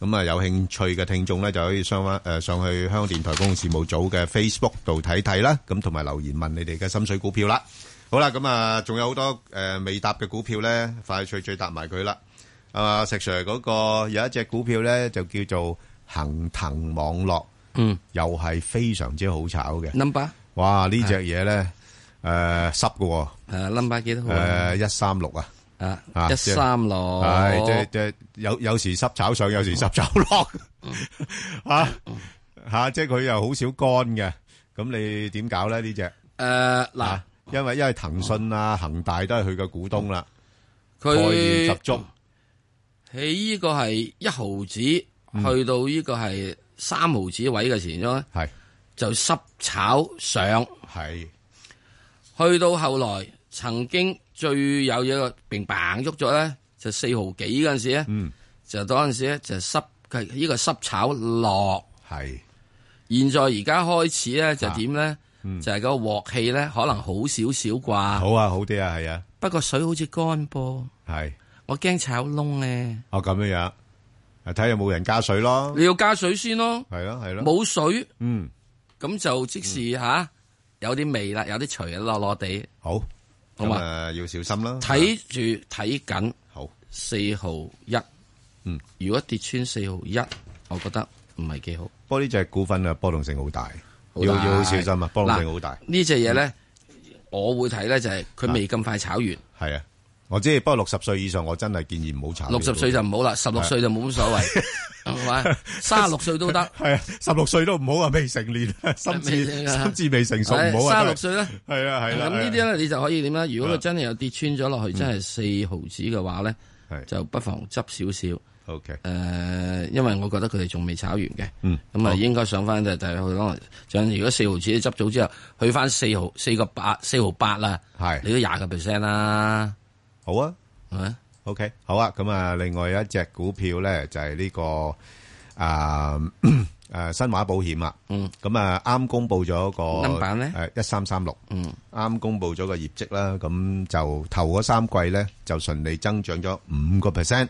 咁啊，有興趣嘅聽眾呢，就可以上返-啊呃誒，上去香港電台公共事務組嘅Facebook度睇睇啦。咁同埋留言問你哋嘅心水股票啦。好啦，咁啊，仲有好多，誒，未答嘅股票呢，快脆最答埋佢啦。啊，石Sir，嗰個有一隻股票呢，就叫做恒騰網絡。又係非常之好炒嘅。
嗯 Number？
呃哇，呢隻嘢呢，誒，濕嘅喎。
誒，number幾多號啊？
誒，136啊。啊，
136
即係-係，即係-即係有-有時濕炒上，有時濕炒落。 [laughs] 嚇，嚇，即係佢又好少乾嘅。咁你點搞呢，呢隻？啊，因為-因為騰訊啊、恒大都係佢嘅股東啦。
佢-
概念十足。
喺呢個係一毫子，
嗯
去到呢個係三毫子位嘅時鐘
咧，
就濕炒上，
係
去到後來曾經最有嘢個平砰喐咗咧，就四毫幾嗰陣時咧，
嗯
就嗰陣時咧就濕佢呢個濕炒落，
係啊
現在而家開始咧就點咧？就係個鑊氣咧，可能好少少啩。好
嗯啊，好啲啊，係啊。
不過水好似乾噃。
係。
我驚炒窿咧。
哦，咁樣樣。啊，睇有冇人加水咯。
你要加水先咯。
係咯，係咯。
冇水，
嗯，
咁就即是吓有啲味啦，有啲除落落地。
好，
好嘛
咁，啊，要小心啦。
睇住睇緊。
好，
四毫一。
嗯，
如果跌穿四毫一，我覺得唔係幾好。
不過呢隻股份啊，波動性好大，
好
要
大
要小心啊，波動性好大嗯
嗱。呢隻嘢咧，我會睇咧就係佢未咁快炒完。
係啊，我知，不過六十歲以上，我真係建議唔好炒呢
六
個。
十歲就唔好啦，十六歲就冇乜
[laughs]
所謂，係咪？啊三十六歲都得。
系啊，十六歲都唔好啊，未成年，心智
[laughs] 未成啊
心智未成熟，唔好
三
啊。
十六歲啦，
係啊係啦
咁呢
係啊
啲咧，你就可以點咧？如果
啊嗯
佢真係有跌穿咗落去，真係四毫子嘅話咧，就不妨執少少。
OK，
誒，因為我覺得佢哋仲未炒完嘅，
嗯
咁啊應該上翻就就係去可能，就如果四毫子執到之後，去翻四毫四個八四毫八啦，
係
你都廿個 percent 啦，
好啊，
係
OK，好啊，咁啊，另外一隻股票咧就係、呢、個啊 [clears throat] 誒新華保險啊，
嗯，
咁啊啱公布咗個
Number 呢
誒一三三六，
嗯，
啱公布咗個業績啦，咁就頭嗰三季咧就順利增長咗五個 percent，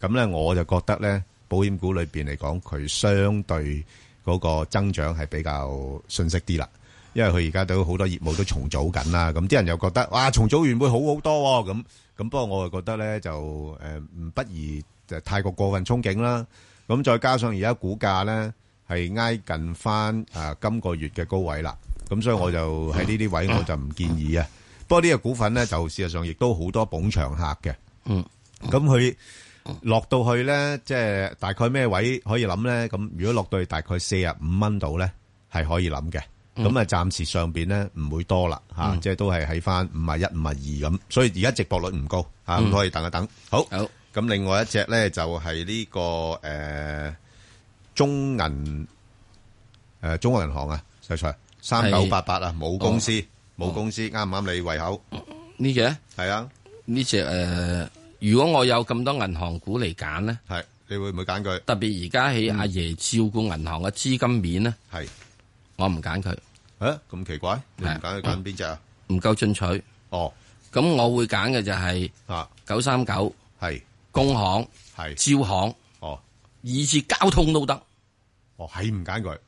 咁咧我就覺得咧保險股裏邊嚟講，佢相對嗰個增長係比較遜色啲啦。因為佢而家都好多業務都重組緊啦，咁啲人又覺得哇重組完會好好多喎咁、咁不過我又覺得咧就誒唔、不宜就太過過分憧憬啦。咁再加上而家股價咧係挨近翻啊今個月嘅高位啦，咁所以我就喺呢
[coughs]
啲位我就唔建議啊。不過呢個股份咧就事實上亦都好多捧場客嘅。
嗯，
咁佢落到去咧，即係大概咩位可以諗咧？咁如果落到去大概四十五蚊度咧，係可以諗嘅。咁啊，暫時上邊咧唔會多啦，嚇，
嗯
即係都係喺翻五啊一、五啊二咁，所以而家直播率唔高嚇，咁
嗯
可以等一等。好，
好。
咁另外一隻咧就係呢個誒中銀誒中國銀行啊，石 Sir 三九八八啊，母公司
哦
母公司啱唔啱你胃口？
呢隻
係啊，
呢隻誒，如果我有咁多銀行股嚟揀咧，
係你會唔會揀佢？
特別而家喺阿爺照顧銀行嘅資金面咧，
係
我唔揀佢。
啊，咁奇怪，你唔揀佢揀邊只啊？
唔夠進取。
哦，啊
咁我會揀嘅就係九三九，
係
工行，
係
招行，
哦，
以至交通都得。
哦，係唔揀佢？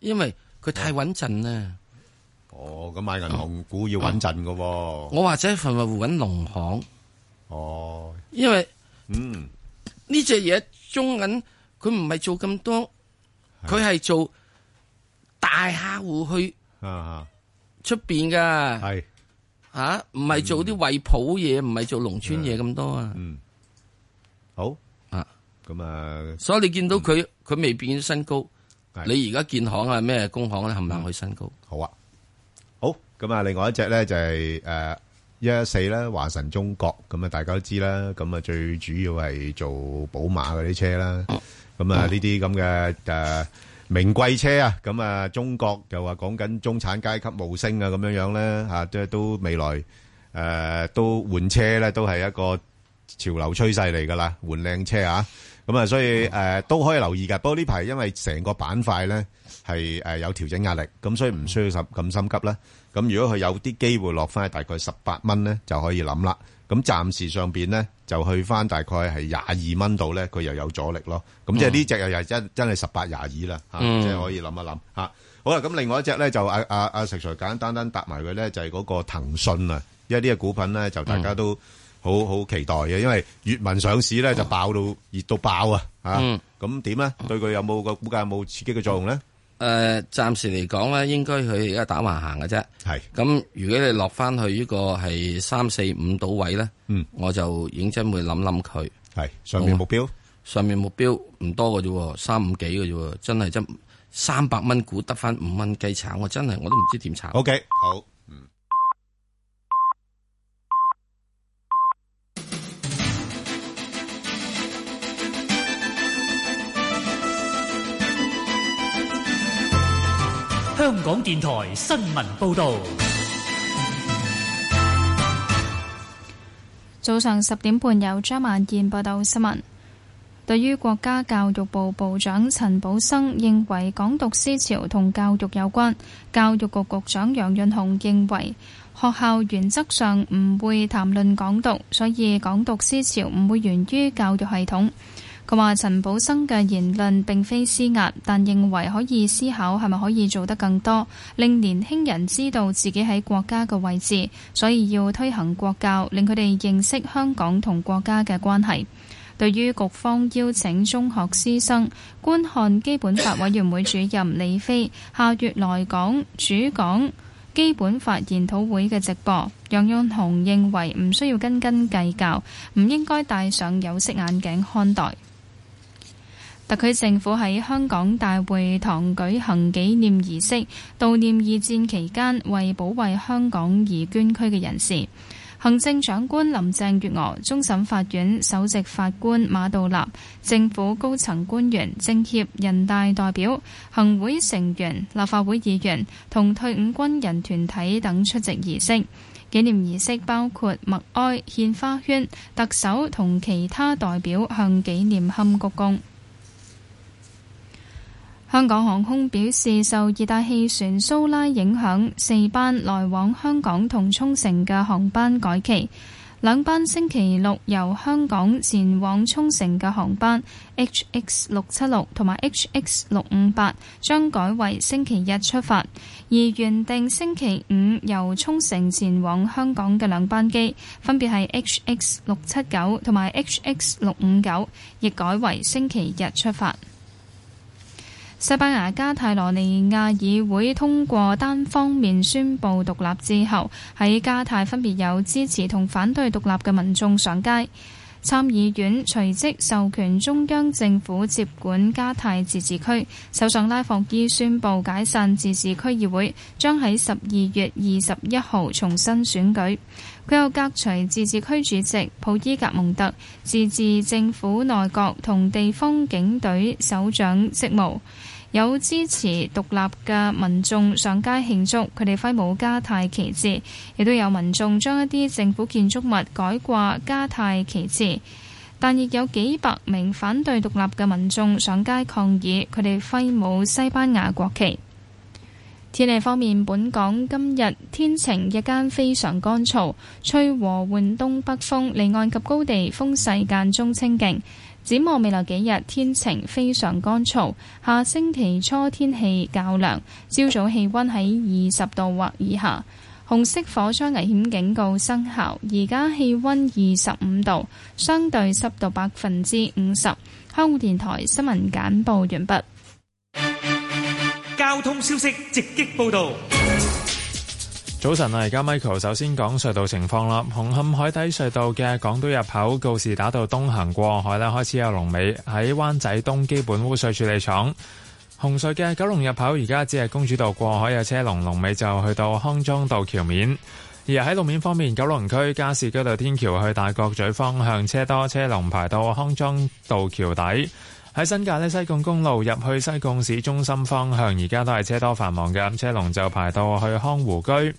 因為佢太穩陣啦。
哦，咁買銀行股要穩陣嘅喎。
哦我或者份份揾農行，
哦，
因為
嗯，
呢只嘢中銀佢唔係做咁多，佢係做大客户去
啊，
出邊噶。
係
嚇，唔係做啲惠普嘢，唔係做農村嘢咁多啊。
嗯，好
啊，
咁啊，
所以你見到佢佢未變新高，
係
你而家建行啊咩工行咧冚唪唥去新高。
好啊，好。咁啊，另外一隻咧就係誒一一四咧，華晨中國。咁啊，大家都知啦。咁啊，最主要係做寶馬嗰啲車啦。咁、咁
哦
啊呢啲咁嘅誒名貴車啊，咁啊中國又話講緊中產階級無聲啊咁樣樣咧嚇，即係都未來誒、都換車咧，都係一個潮流趨勢嚟㗎啦，換靚車啊！咁啊，所以誒、都可以留意㗎。不過呢排因為成個板塊咧係誒有調整壓力，咁所以唔需要咁咁心急啦。咁如果佢有啲機會落翻去大概十八蚊咧，就可以諗啦。咁暫時上邊咧就去翻大概係廿二蚊度咧，佢又有阻力咯。咁即係呢只又又真真係十八廿二啦，嚇、
嗯
即係可以諗一諗嚇。好啦，咁另外一隻咧就阿阿阿石 Sir 簡單單答埋佢咧，就係嗰個騰訊啊，因為呢個股份咧就大家都好好期待嘅，因為粵文上市咧就爆到熱到爆啊嚇。
嗯
咁點咧？對佢有冇個股價有冇刺激嘅作用咧？
誒、暫時嚟講啊咧，應該佢而家打橫行嘅啫。
係
咁，如果你落翻去呢個係三四五到位咧，
嗯，
我就認真會諗諗佢。
係上面目標，
上面目標唔多嘅啫喎，三五幾嘅啫喎，真係真三百蚊股得翻五蚊雞炒，我真係我都唔知點炒。
O K，好。
香港電台新聞報導，
早上十點半有張萬燕報道新聞。對於國家教育部部長陳寶生認為港獨思潮同教育有關，教育局局長楊潤雄認為學校原則上唔會談論港獨，所以港獨思潮唔會源於教育系統。佢話陳寶啊生嘅言論並非施壓，但認為可以思考係咪可以做得更多，令年輕人知道自己喺國家嘅位置，所以要推行國教，令佢哋認識香港同國家嘅關係。對於局方邀請中學師生觀看基本法委員會主任李飛下月來港主講基本法研討會嘅直播，楊潤雄認為唔需要斤斤計較，唔應該戴上有色眼鏡看待。特區政府喺香港大會堂舉行紀念儀式，悼念二戰期間為保衛香港而捐軀嘅人士。行政長官林鄭月娥、終審法院首席法官馬道立、政府高層官員、政協、人大代表、行會成員、立法會議員同退伍軍人團體等出席儀式。紀念儀式包括默哀、獻花圈、特首同其他代表向紀念龕鞠躬。香港航空表示，受熱帶氣旋蘇拉影響，四班來往香港同沖繩嘅航班改期。兩班星期六由香港前往沖繩嘅航班 HX 六七六同埋 HX 六五八將改為星期日出發，而原定星期五由沖繩前往香港嘅兩班機分別係 HX 六七九同埋 HX 六五九，亦改為星期日出發。西班牙加泰羅尼亞議會通過單方面宣布獨立之後，喺加泰分別有支持同反對獨立嘅民眾上街。參議院隨即授權中央政府接管加泰自治區，首相拉霍伊宣布解散自治區議會，將喺十二月二十一號重新選舉。佢又革除自治區主席普伊格蒙特、自治政府內閣同地方警隊首長職務。有支持獨立嘅民眾上街慶祝，佢哋揮舞加泰旗幟，亦都有民眾將一啲政府建築物改掛加泰旗幟。但亦有幾百名反對獨立嘅民眾上街抗議，佢哋揮舞西班牙國旗。天氣方面，本港今日天晴，日間非常乾燥，吹和緩東北風，離岸及高地風勢間中清勁。展望未來幾日天晴，非常乾燥。下星期初天氣較涼，朝早氣温喺二十度或以下。紅色火災危險警告生效，而家氣温二十五度，相對濕度百分之五十。香港電台新聞簡報完畢。
交通消息直擊報導。
早晨啊，而家 Michael 首先講隧道情況啦。紅磡海底隧道嘅港島入口告士打道東行過海咧，開始有龍尾喺灣仔東基本污水處理廠。紅隧嘅九龍入口而家只係公主道過海有車龍，龍尾就去到康莊道橋面。而喺路面方面，九龍區加士居道天橋去大角咀方向車多，車龍排到康莊道橋底。喺新界呢，西貢公路入去西貢市中心方向，而家都係車多繁忙嘅，咁車龍就排到去康湖居。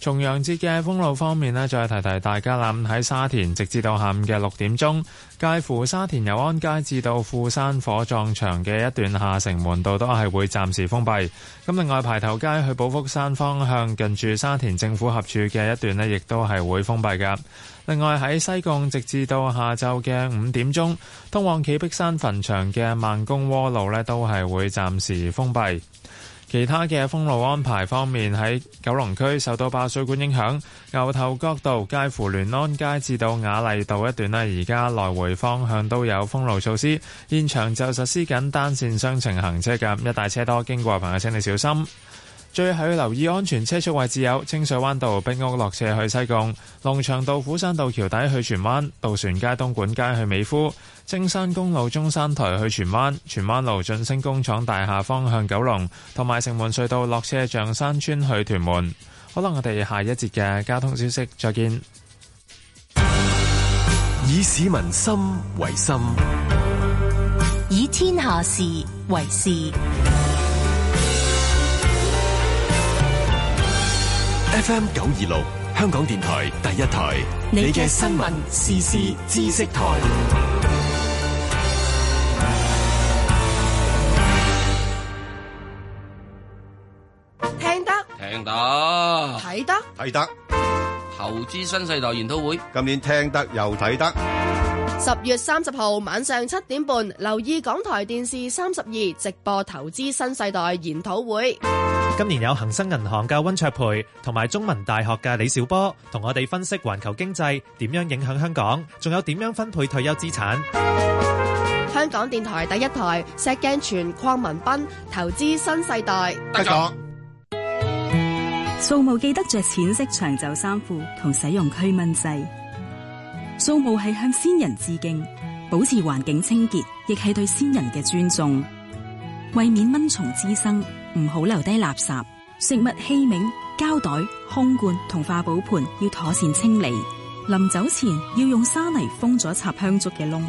重陽節嘅封路方面呢，再提提大家啦。喺沙田，直至到下午嘅六點鐘，介乎沙田油安街至到富山火葬場嘅一段下城門道都係會暫時封閉。咁另外，排頭街去寶福山方向，近住沙田政府合署嘅一段呢，亦都係會封閉㗎。另外喺西貢，直至到下晝嘅五點鐘，通往企碧山墳場嘅慢工窩路呢，都係會暫時封閉。其他嘅封路安排方面，喺九龍區受到爆水管影響，牛頭角道介乎聯安街至到雅麗道一段呢，而家來回方向都有封路措施，現場就實施緊單線雙程行車嘅，一帶車多經過嘅朋友請你小心。最後要留意安全車速位置有清水灣道、壁屋落斜去西貢、龍翔道、虎山道橋底去荃灣、渡船街、東莞街去美孚、青山公路中山台去荃灣、荃灣路晉升工廠大廈方向九龍，同埋城門隧道落斜象山村去屯門。好啦，我哋下一節嘅交通消息再見。
以市民心為心，
以天下事為事。
FM 九二六，香港電台第一台，你嘅新聞時事知識台。
聽得
聽
啊
得
睇得
睇得，
投資新世代研討會，
今年聽得又睇得。
十月三十號晚上七點半，留意港台電視三十二直播投資新世代研討會。
今年有恒生銀行嘅温卓培同埋中文大學嘅李兆波同我哋分析環球經濟點樣影響香港，仲有點樣分配退休資產。
香港電台第一台石鏡泉鄺文斌投資新世代。
得咗。
掃墓記得着淺色長袖衫褲同使用驅蚊劑。掃墓係向先人致敬，保持環境清潔，亦係對先人嘅尊重。為免蚊蟲滋生，唔好留低垃圾、食物器皿、膠袋、空罐同化寶盤要妥善清理。臨走前要用沙泥封咗插香燭嘅窿，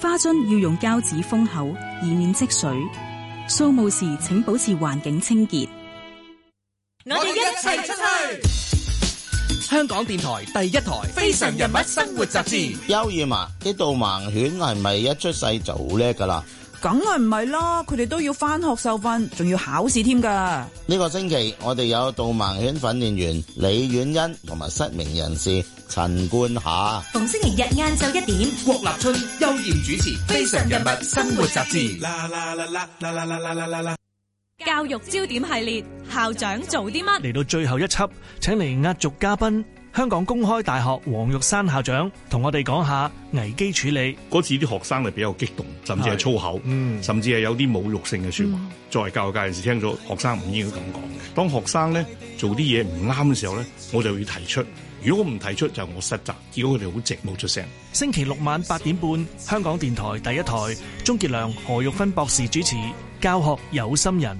花樽要用膠紙封口，以免積水。掃墓時請保持環境清潔。
我哋一齊出去。
香港電台第一台《非常人物生活雜誌》。
邱以麻，啲導盲犬係咪一出世就好叻㗎啦？
梗係唔係啦，佢哋都要返學受訓，仲要考試添㗎。
呢個星期我哋有導盲犬訓練員李婉欣同埋失明人士陳冠霞。
逢星期日晏晝一點，
郭立春、邱艷主持《非常人物生活雜誌》。嗯
教育焦點系列，校長做啲乜？
嚟到最後一輯，請嚟壓軸嘉賓，香港公開大學黃玉山校長同我哋講下危機處理。
嗰次啲學生係比較激動，甚至係粗口，
嗯
甚至係有啲侮辱性嘅説話。
嗯
作為教育界人士，聽咗學生唔應該咁講嘅。當學生咧做啲嘢唔啱嘅時候咧，我就要提出。如果我唔提出，就係我失責。結果佢哋好靜，冇出聲。
星期六晚八點半，香港電台第一台，鍾傑良、何玉芬博士主持《教學有心人》。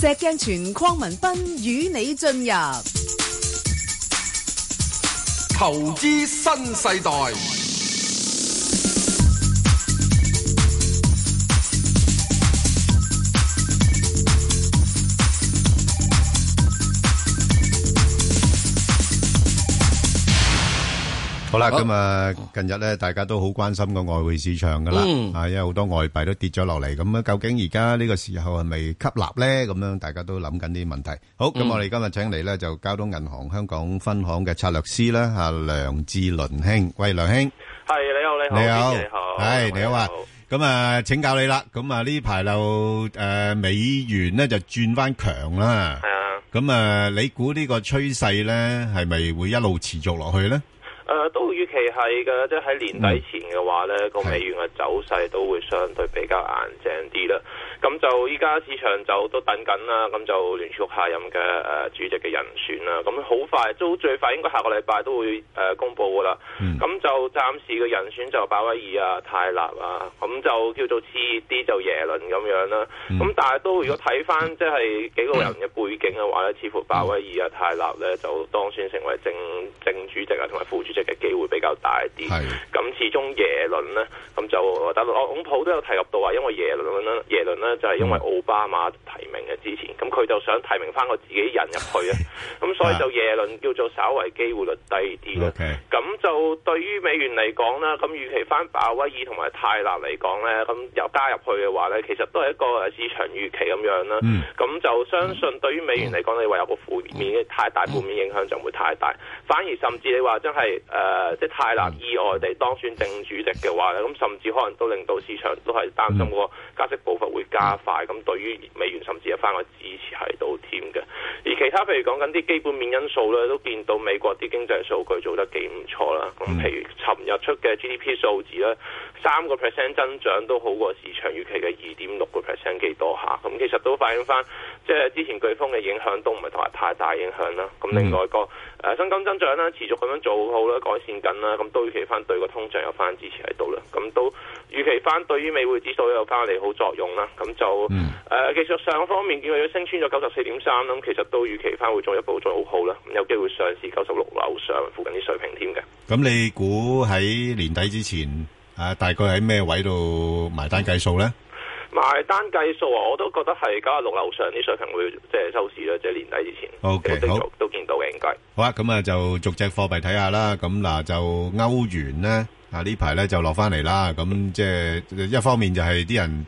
石鏡泉鄺文斌與你進入
投資新世代，
好啦，咁啊，近日咧，大家都好關心個外匯市場噶啦，
嗯
啊，因為好多外幣都跌咗落嚟，咁啊，究竟而家呢個時候係咪吸納咧？咁樣大家都諗緊啲問題。好，咁
嗯
我哋今日請嚟咧就交通銀行香港分行嘅策略師啦，啊梁志倫兄，喂，梁兄，
係，你好，你好，
你好，
主持人，你好。
係你好啊，咁啊，請教你啦，咁啊呢排就誒美元咧就轉翻強啦，
係啊，
咁啊，你估呢個趨勢咧係咪會一路持續落去咧？
誒、
誒、呃都預期係嘅，即係喺年底前嘅話呢個美元嘅走勢都會相對比較硬淨啲啦。咁就依家市場就都等緊啦，咁就聯儲局下任嘅誒、呃主席嘅人選啦。咁好快都最快應該下個禮拜都會誒、呃公佈㗎啦。咁、就暫時嘅人選就鮑威爾啊、泰勒啊，咁就叫做次熱啲就耶倫咁樣啦。咁、但係都如果睇翻即係幾個人嘅背景嘅話呢似乎鮑威爾啊、泰勒呢就當選成為正正主席啊同埋副主席嘅機會比較大啲。咁始終耶倫呢，咁就我覺得特朗普都有提及到話，因為耶倫呢，耶倫呢就係因為奧巴馬提名嘅之前，咁佢就想提名翻個自己人入去啊，咁所以就耶倫叫做稍為機會率低啲啦。咁就對於美元嚟講啦，咁預期翻鮑威爾同埋泰勒嚟講呢，咁又加入去嘅話呢，其實都係一個誒市場預期咁樣啦。咁、就相信對於美元嚟講，你話有個負面嘅太大負面影響就唔會太大，反而甚至你話真係誒、呃即係泰勒意外地當選正主席嘅話呢，咁甚至可能都令到市場都係擔心個加息步伐會加快，咁對於美元甚至有翻個支持喺度添嘅。而其他譬如講緊啲基本面因素咧，都見到美國啲經濟數據做得幾唔錯啦。咁譬如尋日出嘅 GDP 數字咧，三個 percent 增長都好過市場預期嘅二點六個 percent 幾多下。咁其實都反映翻，即係之前颶風嘅影響都唔係同埋太大影響啦。咁另外個誒、呃薪金增長啦，持續咁樣做好啦，改善緊啦。咁都預期翻對個通脹有翻支持喺度啦。咁都預期翻對於美匯指數有翻利好作用啦。咁就誒、呃技術上方面見佢升穿咗九十四點三啦。咁其實都預期翻會進一步做好啦。咁有機會上試九十六樓上附近啲水平添嘅。
咁你估喺年底之前，啊，大概喺咩位度埋單計數呢？
埋單計數啊，我都覺得係九十六樓上啲水平會即係收市啦，即係年底之前。
OK，
我都
好
做都見到嘅應該。
好啊，咁啊就逐隻貨幣睇下啦。咁嗱就歐元咧，啊呢排咧就落翻嚟啦。咁即係一方面就係啲人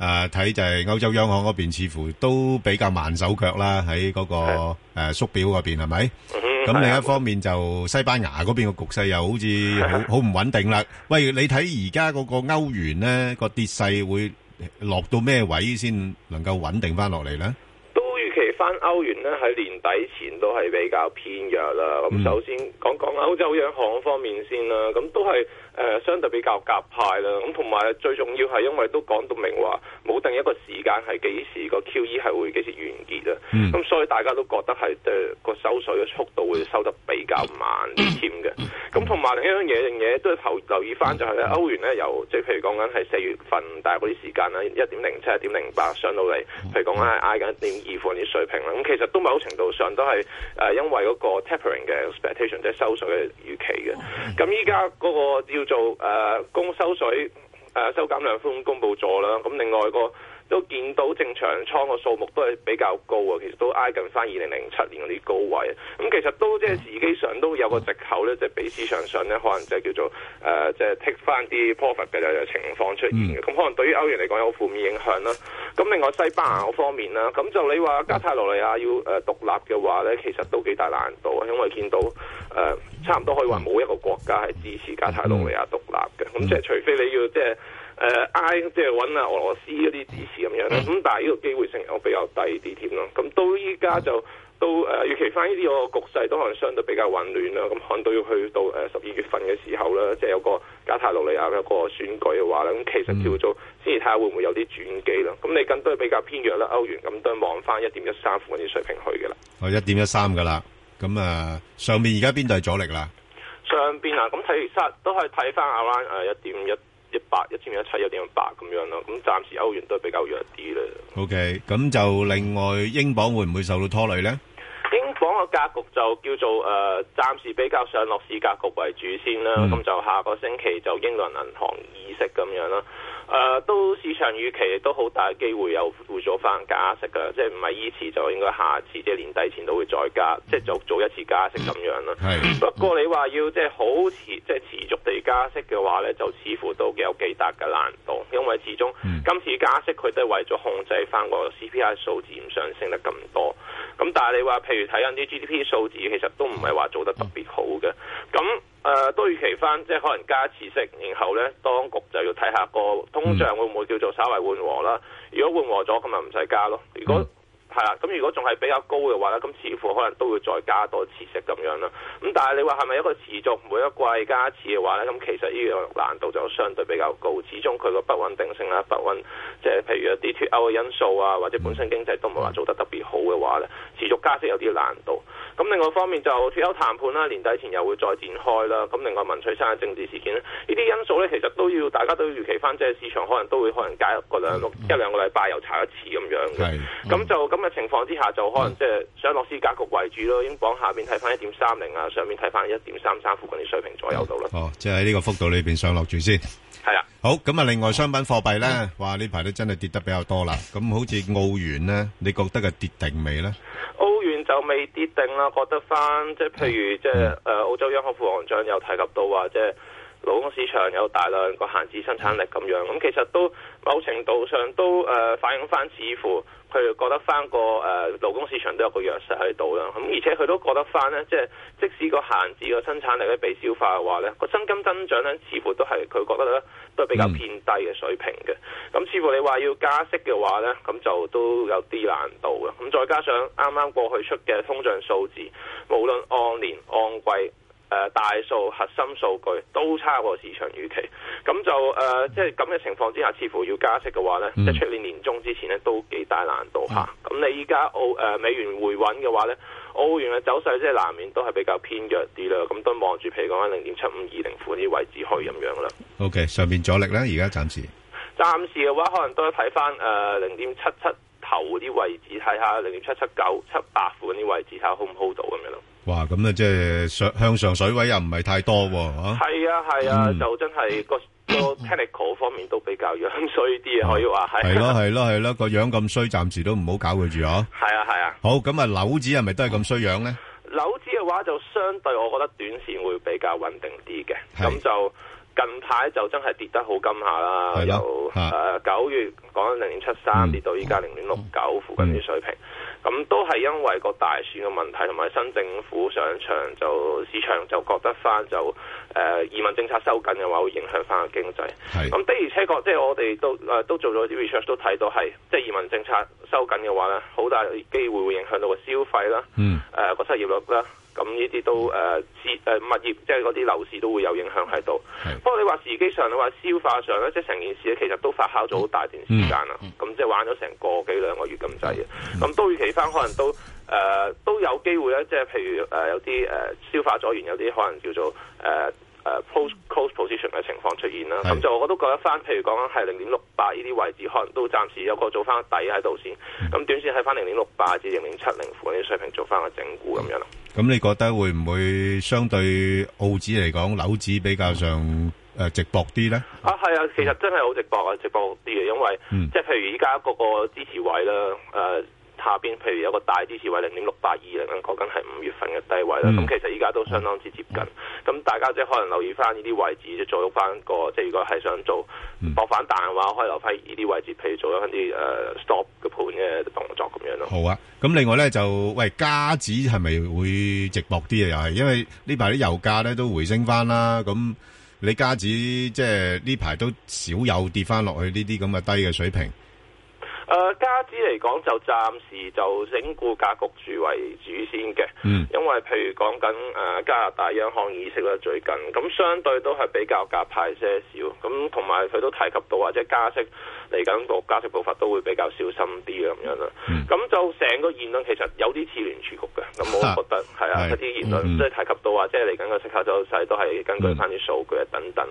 誒睇、就係歐洲央行嗰邊似乎都比較慢手腳啦，喺嗰、個誒、呃縮表嗰邊係咪？咁另一方面就西班牙嗰邊個局勢又好似好好唔穩定啦。喂，你睇而家嗰個歐元咧個跌勢會落到咩位先能夠穩定翻落嚟咧？
都預期翻歐元咧喺年底前都係比較偏弱啦。
嗯
咁首先講講歐洲央行方面先啦，咁都係誒、呃相對比較鴿派啦。咁同埋最重要係因為都講到明話冇定一個時間係幾時個 QE 係會幾時完結啊。
嗯
咁、所以大家都覺得係誒個收水嘅速度會收得比較慢啲添嘅。咁同埋另一樣嘢，樣嘢都係留留意翻就係咧，呃歐元咧由即係譬如講緊係四月份大概嗰啲時間啦，一點零七、一點零八上到嚟，譬如講緊係挨緊一點二附近啲水平啦。咁其實都某程度上都係誒、呃因為嗰個 tapering 嘅 expectation 即係收水嘅預期嘅。咁依家嗰個叫做誒、呃供收水。誒、收減量寬公佈咗啦，咁另外個都見到正常倉個數目都係比較高啊，其實都挨近翻二零零七年嗰啲高位，咁其實都即係時機上都有個藉口咧，就係比市場上咧可能即係叫做誒、呃即係 take 翻啲 profit 嘅情況出現嘅，咁、可能對於歐元嚟講有負面影響啦。咁另外西班牙嗰方面啦，咁就你話加泰羅尼亞要誒、呃、獨立嘅話咧，其實都幾大難度啊，因為見到誒、呃差唔多可以話冇一個國家係支持加泰羅尼亞獨立嘅，咁即係除非你要即係。誒 I 即係揾啊俄羅斯嗰啲支持咁樣啦，咁但係呢個機會性又比較低啲添咯。咁到依家就到誒、呃預期翻呢啲個局勢都可能相對比較混亂啦。咁可能都要去到誒呃十二月份嘅時候啦，即係有個加泰羅尼亞嘅一個選舉嘅話啦，咁其實叫做先至睇下會唔會有啲轉機啦。咁你更都係比較偏弱啦，歐元咁都係望翻一點一三附近啲水平去嘅啦。
我1.13㗎啦。咁，啊，上面而家邊度係阻力啦？
上邊啊，咁睇實都係睇翻 around 誒呃一點一一八、一千一七、一點一八咁樣咯。咁暫時歐元都係比較弱啲啦。
OK，咁就另外英鎊會唔會受到拖累咧？
英鎊嘅格局就叫做誒、呃，暫時比較上落市格局為主先啦。咁、就下個星期就英倫銀行議息咁樣啦。誒、都市場預期都好大機會有會做翻加息㗎，即係唔係依次就應該下次即係年底前都會再加，即係做做一次加息咁樣啦。不過你話要即係好持即係持續地加息嘅話咧，就似乎都有幾大嘅難度，因為始終今次加息佢都係為咗控制翻個 CPI 數字唔上升得咁多。咁但係你話譬如睇緊啲 GDP 數字，其實都唔係話做得特別好嘅。咁誒、呃都預期翻，即係可能加一次息，然後咧當局就要睇下個通脹會唔會叫做稍為緩和啦。如果緩和咗，咁咪唔使加咯。如果係啦，咁如果仲係比較高嘅話咧，咁似乎可能都會再加多次息咁樣啦。咁但係你話係咪一個持續每一季加一次嘅話咧？咁其實呢個難度就相對比較高，始終佢個不穩定性啦、不穩即係譬如一啲脱歐嘅因素啊，或者本身經濟都唔係話做得特別好嘅話咧，持續加息有啲難度。咁另外一方面就脱歐談判啦，年底前又會再展開啦。咁另外文翠珊嘅政治事件咧，呢啲因素咧其實都要大家都要預期翻，即係市場可能都會可能加入個兩六一兩個禮拜又炒一次咁樣嘅。咁就咁嘅情況之下，就可能即係想落市格局為主咯。英鎊下面睇翻一點三零啊，上面睇翻一點三三附近啲水平左右度啦。
哦，即係喺呢個幅度裏边上落住先。
係啦，
好咁啊！另外商品貨幣咧，哇呢排都真係跌得比較多啦。咁好似澳元咧，你覺得佢跌定未咧？
澳元就未跌定啦，覺得翻即係譬如即係誒澳洲央行副行長有提及到話即係。勞工市場有大量個閒置生產力咁樣，咁其實都某程度上都誒、呃反映翻，似乎佢哋覺得翻個誒、呃、勞工市場都有個弱勢喺度啦。咁而且佢都覺得翻呢，即係即使個閒置個生產力咧被消化嘅話呢個薪金增長呢，似乎都係佢覺得咧都係比較偏低嘅水平嘅。咁、似乎你話要加息嘅話呢，咁就都有啲難度嘅。咁再加上啱啱過去出嘅通脹數字，無論按年按季。誒、呃大數核心數據都差過市場預期，咁就誒、呃即係咁嘅情況之下，似乎要加息嘅話呢，即係出年年中之前呢，都幾大難度嚇。咁、你依家澳誒、美元回穩嘅話呢，澳元嘅走勢即係難免都係比較偏弱啲啦。咁都望住譬如講緊零點七五二零附啲位置去咁樣啦。
O、k 上面阻力咧，而家暫時
暫時嘅話，可能都睇翻誒零點七七頭啲位置睇下，零點七七九、七八附近啲位置睇下 hold 唔 hold 到咁樣咯。
哇，咁啊即係上向上水位又唔係太多喎、啊，
係啊係啊，
嗯
就真係個
[laughs]
個 technical 方面都比較樣衰啲啊，可以話係。
係咯係咯係咯，個樣咁衰，暫時都唔好搞佢住啊。
係啊係啊。
好，咁啊樓子係咪都係咁衰樣咧？
樓指嘅話就相對，我覺得短線會比較穩定啲嘅。咁就近排就真係跌得好金下啦，
係咯
由
嚇嗯
誒九月講緊零點七三跌到依家零點六九附近啲水平。咁都係因為個大選嘅問題，同埋新政府上場就市場就覺得翻就誒、呃移民政策收緊嘅話，會影響翻個經濟。咁的而且確，即係我哋都誒、呃都做咗啲 research，都睇到係即係移民政策收緊嘅話咧，好大機會會影響到個消費啦。
嗯。
誒呃個失業率啦。咁呢啲都誒市誒物業，即係嗰啲樓市都會有影響喺度。不過你話時機上，你話消化上咧，即係成件事咧，其實都發酵咗好大段時間啦。咁、即係玩咗成個幾兩個月咁滯嘅。啊咁都預期翻，可能都誒、呃都有機會咧，即係譬如誒、呃有啲誒、呃消化咗完，有啲可能叫做誒。呃誒 post close position 嘅情況出現啦，咁就我都覺得翻，譬如講緊係零點六八呢啲位置，可能都暫時有個做翻底喺度先，咁短線喺翻零點六八至零點七零附近啲水平做翻個整固咁樣咯。
咁你覺得會唔會相對澳纸嚟講，樓指比較上诶、呃直薄啲咧？
啊，係啊，其實真係好直播啊，直播啲嘅，因為、即係譬如依家嗰個支持位啦，誒、下邊譬如有個大支持位零點六八二零啦，講緊係五月份嘅低位啦，咁、
嗯
其實依家都相當之接近，咁、大家即係可能留意翻呢啲位置，即係做翻個，即係如果係想做博反彈嘅話，可以留翻呢啲位置，譬如做一啲誒、stop 呃嘅盤嘅動作咁樣咯。
好啊，咁另外咧就喂加指係咪會直薄啲啊？又係因為呢排啲油價咧都回升翻啦，咁你加指即係呢排都少有跌翻落去呢啲咁嘅低嘅水平。
誒、呃加資嚟講就暫時就整固格局住為主先嘅，
嗯
因為譬如講緊誒加拿大央行議息啦，最近咁相對都係比較夾派些少，咁同埋佢都提及到或者加息嚟緊個加息步伐都會比較小心啲咁樣啦。
嗯
咁、就成個言論其實有啲似聯儲局嘅，咁我覺得係啊，
係
一啲言論
嗯
即係提及到話，即係嚟緊個息口走勢都係根據翻啲數據啊等等。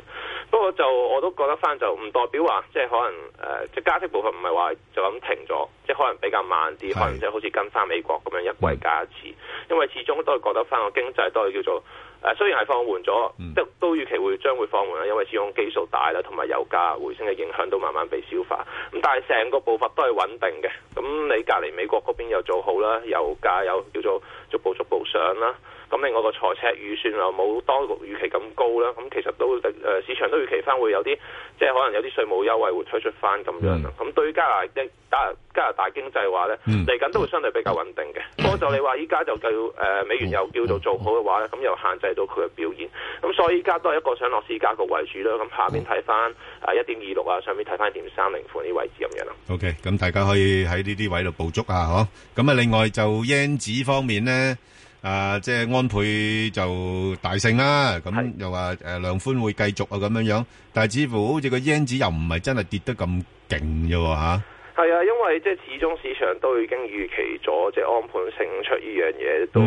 不過就我都覺得翻就唔代表話，即係可能誒、呃即係加息部分唔係話就咁停咗，即係可能比較慢啲，可能即係好似跟翻美國咁樣一季加一次，因為始終都係覺得翻個經濟都係叫做。誒啊雖然係放緩咗，即係都預期會將會放緩啦，因為始終基數大啦，同埋油價回升嘅影響都慢慢被消化。咁但係成個步伐都係穩定嘅。咁你隔離美國嗰邊又做好啦，油價又叫做逐步逐步上啦。咁咁另外個財赤預算又冇當局預期咁高啦，咁其實都誒、呃市場都預期翻會有啲即係可能有啲稅務優惠會推出翻咁樣啦。咁、對於加拿大加加拿大經濟話咧，嚟緊、都會相對比較穩定嘅。不過就你話依家就叫誒、呃美元又叫做做好嘅話咧，咁又限制到佢嘅表現。咁所以依家都係一個上落市格局為主啦。咁下邊睇翻誒一點二六啊，上面睇翻一點三零附近啲位置咁樣啦。
OK，咁大家可以喺呢啲位度捕捉啊，嗬。咁啊，另外就yen紙方面呢，啊，即係安倍就大勝啦，咁又話，誒，量寬會繼續啊，咁樣樣。但係似乎好似個yen紙又唔係真係跌得咁勁啫喎，吓。
係啊，因為即係始終市場都已經預期咗，即係安倍勝出呢樣嘢都。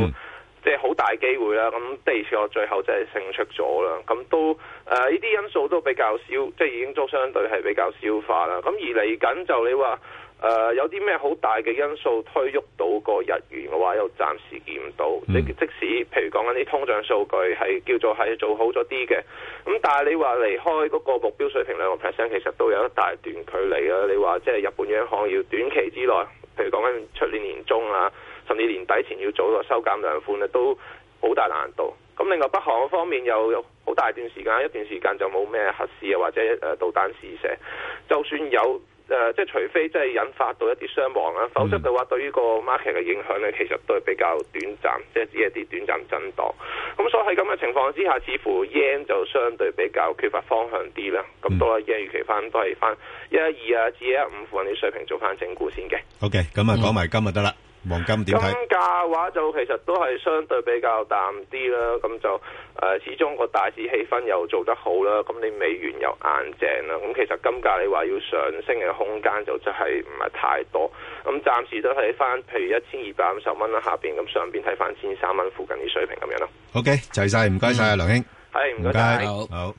即係好大機會啦，咁的而且確最後真係勝出咗啦，咁都誒呃呢啲因素都比較消，即係已經都相對係比較消化啦。咁而嚟緊就你話誒、呃有啲咩好大嘅因素推喐到個日元嘅話，又暫時見唔到。即即使譬如講緊啲通脹數據係叫做係做好咗啲嘅，咁但係你話離開嗰個目標水平兩個 percent，其實都有一大段距離啊。你話即係日本央行要短期之內，譬如講緊出年年中啊。甚至年底前要做個收減量寬咧，都好大難度。咁另外北韓方面又有好大段時間，一段時間就冇咩核試啊，或者誒導彈試射。就算有誒、呃即係除非即係引發到一啲傷亡啦，否則嘅話對於個 market 嘅影響咧，其實都係比較短暫，即係只係啲短暫震盪。咁所以喺咁嘅情況之下，似乎 yen 就相對比較缺乏方向啲啦。咁
嗯
多啦 yen 預期翻都係翻一一二啊至一一五附近啲水平做翻整固先嘅。
OK，咁啊，講埋今日得啦。黃金點睇？
金價嘅話就其實都係相對比較淡啲啦，咁就誒、呃始終個大市氣氛又做得好啦，咁你美元又硬淨啦，咁其實金價你話要上升嘅空間就真係唔係太多，咁暫時都睇翻譬如一千二百五十蚊啦下邊，咁上邊睇翻千三蚊附近啲水平咁樣咯。
OK，齊晒，唔該晒啊，梁兄。
係唔
唔該。
該晒。
好。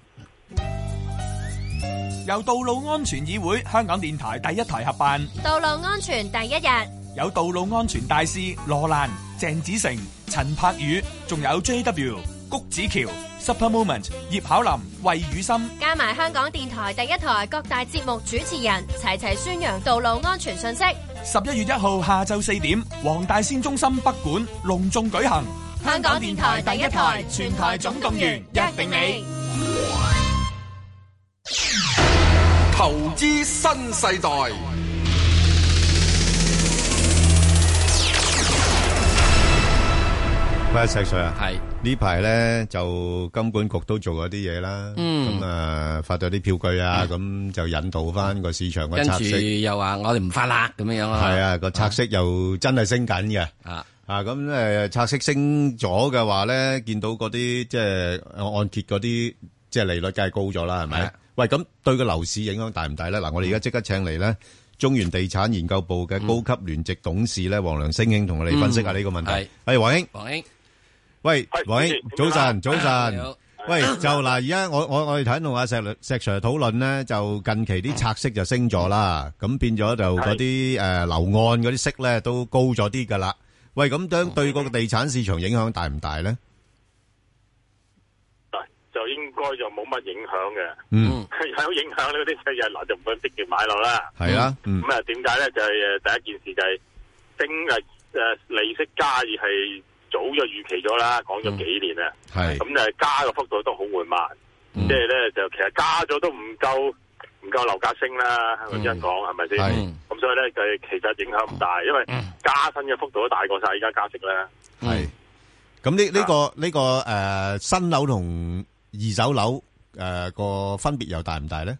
由道路安全議會、香港電台第一台合辦，
道路安全第一日，
有道路安全大使羅蘭、鄭子誠、陳柏宇，仲有 JW、谷子喬、Super Moment、葉巧林、魏雨森。
加埋香港電台第一台各大節目主持人，齊齊宣揚道路安全信息。
十一月一號下晝四點，黃大仙中心北館隆重舉行。
香港電台第一台全台總動員
一定你。
投資新世代，
喂，石Sir啊，呢排呢，就金管局都做咗啲嘢啦，
嗯。
咁啊，發咗啲票據啊，咁就引導返個市場個
跟住
拆息。
又話我哋唔發啦咁樣樣啊。
係啊，個拆息又真係升緊嘅。
啊
咁诶，拆息升咗嘅話咧，見到嗰啲即係按揭嗰啲即係利率梗係高咗啦，係咪？喂，咁對個樓市影響大唔大咧？嗱，我哋而家即刻請嚟咧中原地產研究部嘅高級聯席董事咧黃良昇兄同我哋分析下呢個問
嗯係
題。係黃兄，
黃英，
喂，黃兄，早
點啊
晨，早
啊
晨
你好。
喂，就嗱，而家我我我哋睇同阿石石 Sir 討論咧，就近期啲拆息就升咗啦，咁變咗就嗰啲诶樓按嗰啲息咧都高咗啲噶啦。喂，咁樣對個地產市場影響大唔大咧？
就應該就冇乜影響嘅。
嗯，
[laughs] 有影響呢嗰啲細人嗱就唔會逼住買樓啦。
係啊嗯
咁啊點解咧？就係誒第一件事就係升誒誒利息加而係早就預期咗啦，講
嗯
咗幾年啦。
係
咁就係加嘅幅度都好緩慢，即係咧就其實加咗都唔夠唔夠樓價升啦，係咪咁講係咪先？咁所以咧佢其實影響唔大，因為加薪嘅幅度都大過晒依家加息啦。
係。咁呢呢個呢個诶新樓同二手樓诶個分別又大唔大咧？